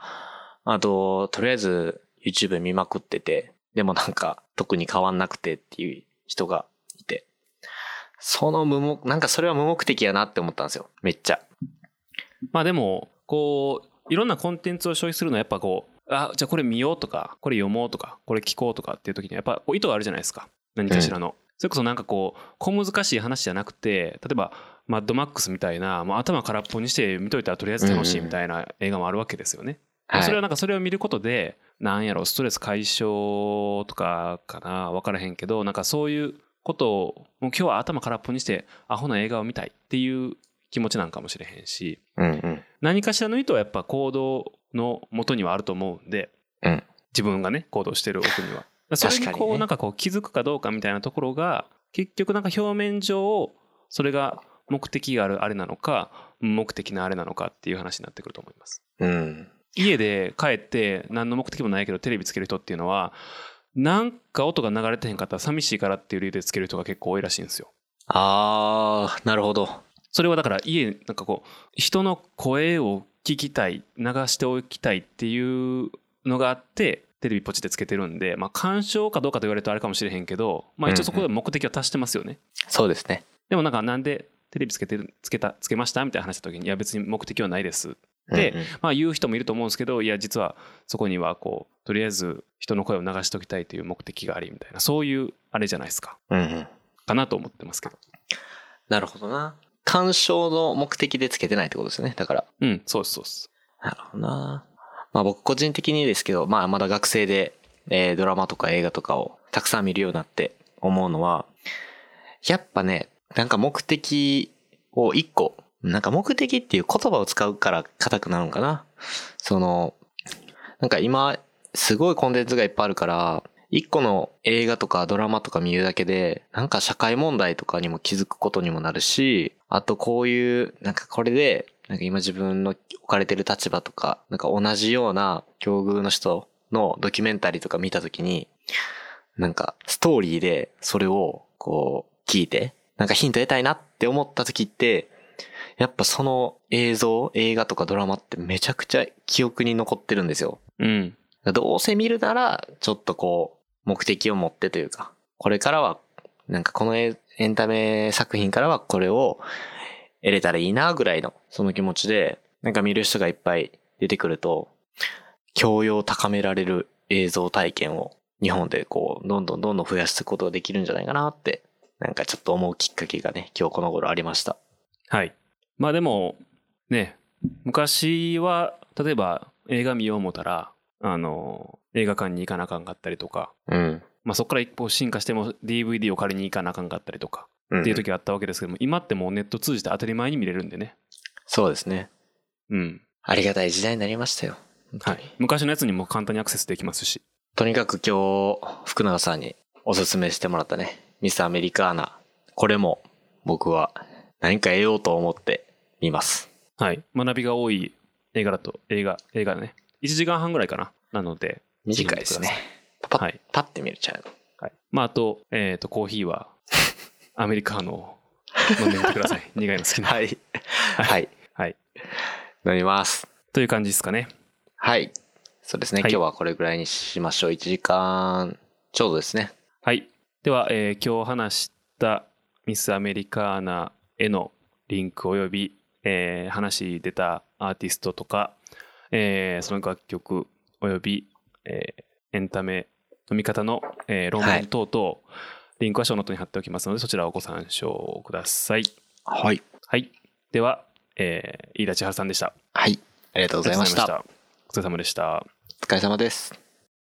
[SPEAKER 2] あと、とりあえず YouTube 見まくってて、でもなんか特に変わんなくてっていう人がいて、その無目、なんかそれは無目的やなって思ったんですよ。めっちゃ。
[SPEAKER 1] まあでもこういろんなコンテンツを消費するのはやっぱこうあじゃあこれ見ようとかこれ読もうとかこれ聞こうとかっていう時にはやっぱこう意図があるじゃないですか何かしらの、それこそなんかこう小難しい話じゃなくて例えばマッドマックスみたいなもう頭空っぽにして見といたらとりあえず楽しいみたいな映画もあるわけですよね、
[SPEAKER 2] はい。
[SPEAKER 1] それはなんかそれを見ることでなんやろストレス解消とかかな分からへんけどなんかそういうことをもう今日は頭空っぽにしてアホな映画を見たいっていう気持ちなんかもしれへんし、
[SPEAKER 2] うんうん。
[SPEAKER 1] 何かしらの意図はやっぱ行動の元にはあると思うんで、
[SPEAKER 2] うん
[SPEAKER 1] 自分がね行動してる奥にはそれに
[SPEAKER 2] *laughs* 確かに
[SPEAKER 1] こ
[SPEAKER 2] ね
[SPEAKER 1] うなんかこう気づくかどうかみたいなところが結局なんか表面上それが目的があるあれなのか目的のあれなのかっていう話になってくると思います
[SPEAKER 2] うん。
[SPEAKER 1] 家で帰って何の目的もないけどテレビつける人っていうのはなんか音が流れてへんかったら寂しいからっていう理由でつける人が結構多いらしいんですよ
[SPEAKER 2] あー、なるほど。
[SPEAKER 1] それはだから家なんかこう人の声を聞きたい流しておきたいっていうのがあってテレビポチってつけてるんでまあ干渉かどうかと言われるとあれかもしれへんけどまあ一応そこで目的を達してますよね、
[SPEAKER 2] そうですね。
[SPEAKER 1] でもなんかなんでテレビつけてるつけたつけましたみたいな話した時にいや別に目的はないですで
[SPEAKER 2] うんうん
[SPEAKER 1] まあ言う人もいると思うんですけどいや実はそこにはこうとりあえず人の声を流しておきたいという目的がありみたいなそういうあれじゃないですか
[SPEAKER 2] うんうん。
[SPEAKER 1] かなと思ってますけど
[SPEAKER 2] なるほどな。鑑賞の目的でつけてないってことですよね。だから。
[SPEAKER 1] うんそうですそうです
[SPEAKER 2] なるほどな。まあ僕個人的にですけど、まあまだ学生で、えードラマとか映画とかをたくさん見るようになって思うのは、やっぱね、なんか目的を一個、なんか目的っていう言葉を使うから硬くなるのかな。その、なんか今、すごいコンテンツがいっぱいあるから、一個の映画とかドラマとか見るだけで、なんか社会問題とかにも気づくことにもなるし、あとこういう、なんかこれでなんか今自分の置かれてる立場とか、なんか同じような境遇の人のドキュメンタリーとか見たときに、なんかストーリーでそれをこう聞いて、なんかヒント得たいなって思ったときって、やっぱその映像、映画とかドラマってめちゃくちゃ記憶に残ってるんですよ。
[SPEAKER 1] うん。
[SPEAKER 2] どうせ見るなら、ちょっとこう、目的を持ってというか、これからは、なんかこのエエンタメ作品からはこれを得れたらいいなぐらいの、その気持ちで、なんか見る人がいっぱい出てくると、教養を高められる映像体験を日本でこう、どんどんどんどん増やしていくことができるんじゃないかなって、なんかちょっと思うきっかけがね、今日この頃ありました。
[SPEAKER 1] はい。まあでも、ね、昔は、例えば映画見よう思ったら、あの、映画館に行かなあかんかったりとか、
[SPEAKER 2] うん。
[SPEAKER 1] まあそこから一歩進化しても DVD を借りに行かなあかんかったりとか
[SPEAKER 2] うん、
[SPEAKER 1] っていう時があったわけですけども、今ってもうネット通じて当たり前に見れるんでね。
[SPEAKER 2] そうですね。
[SPEAKER 1] うん。
[SPEAKER 2] ありがたい時代になりましたよ。本当
[SPEAKER 1] は
[SPEAKER 2] に
[SPEAKER 1] い。昔のやつにも簡単にアクセスできますし。
[SPEAKER 2] とにかく今日、福永さんにおすすめしてもらったね、ミスアメリカーナ。これも僕は何か得ようと思って見ます。
[SPEAKER 1] はい。学びが多い映画だと、映画、映画だね。1時間半ぐらいかな。なので、
[SPEAKER 2] 短いですね。パパッ、
[SPEAKER 1] はい。
[SPEAKER 2] パッて見れちゃう。
[SPEAKER 1] はい、まあ、あと、えっ、と、コーヒーは、アメリカのを飲んでみてください。苦いの好きな。
[SPEAKER 2] はい。 *laughs* はい。
[SPEAKER 1] はい。
[SPEAKER 2] 飲みます。
[SPEAKER 1] という感じですかね。
[SPEAKER 2] はい。そうですね、
[SPEAKER 1] はい
[SPEAKER 2] 今日はこれぐらいにしましょう。1時間ちょうどですね。
[SPEAKER 1] はい。では、えー今日話したミスアメリカーナへのリンクおよび、えー話出たアーティストとか、えーその楽曲および、えーエンタメの見方の、えー論
[SPEAKER 2] はい
[SPEAKER 1] 文等々、リンクはショーノートに貼っておきますので、そちらをご参照ください。
[SPEAKER 2] はい。
[SPEAKER 1] はい。では、えー、飯田千春さんでした。
[SPEAKER 2] はい。ありがとうございました。
[SPEAKER 1] ありがとうございました。お疲れ様でした。
[SPEAKER 2] お疲れ様です。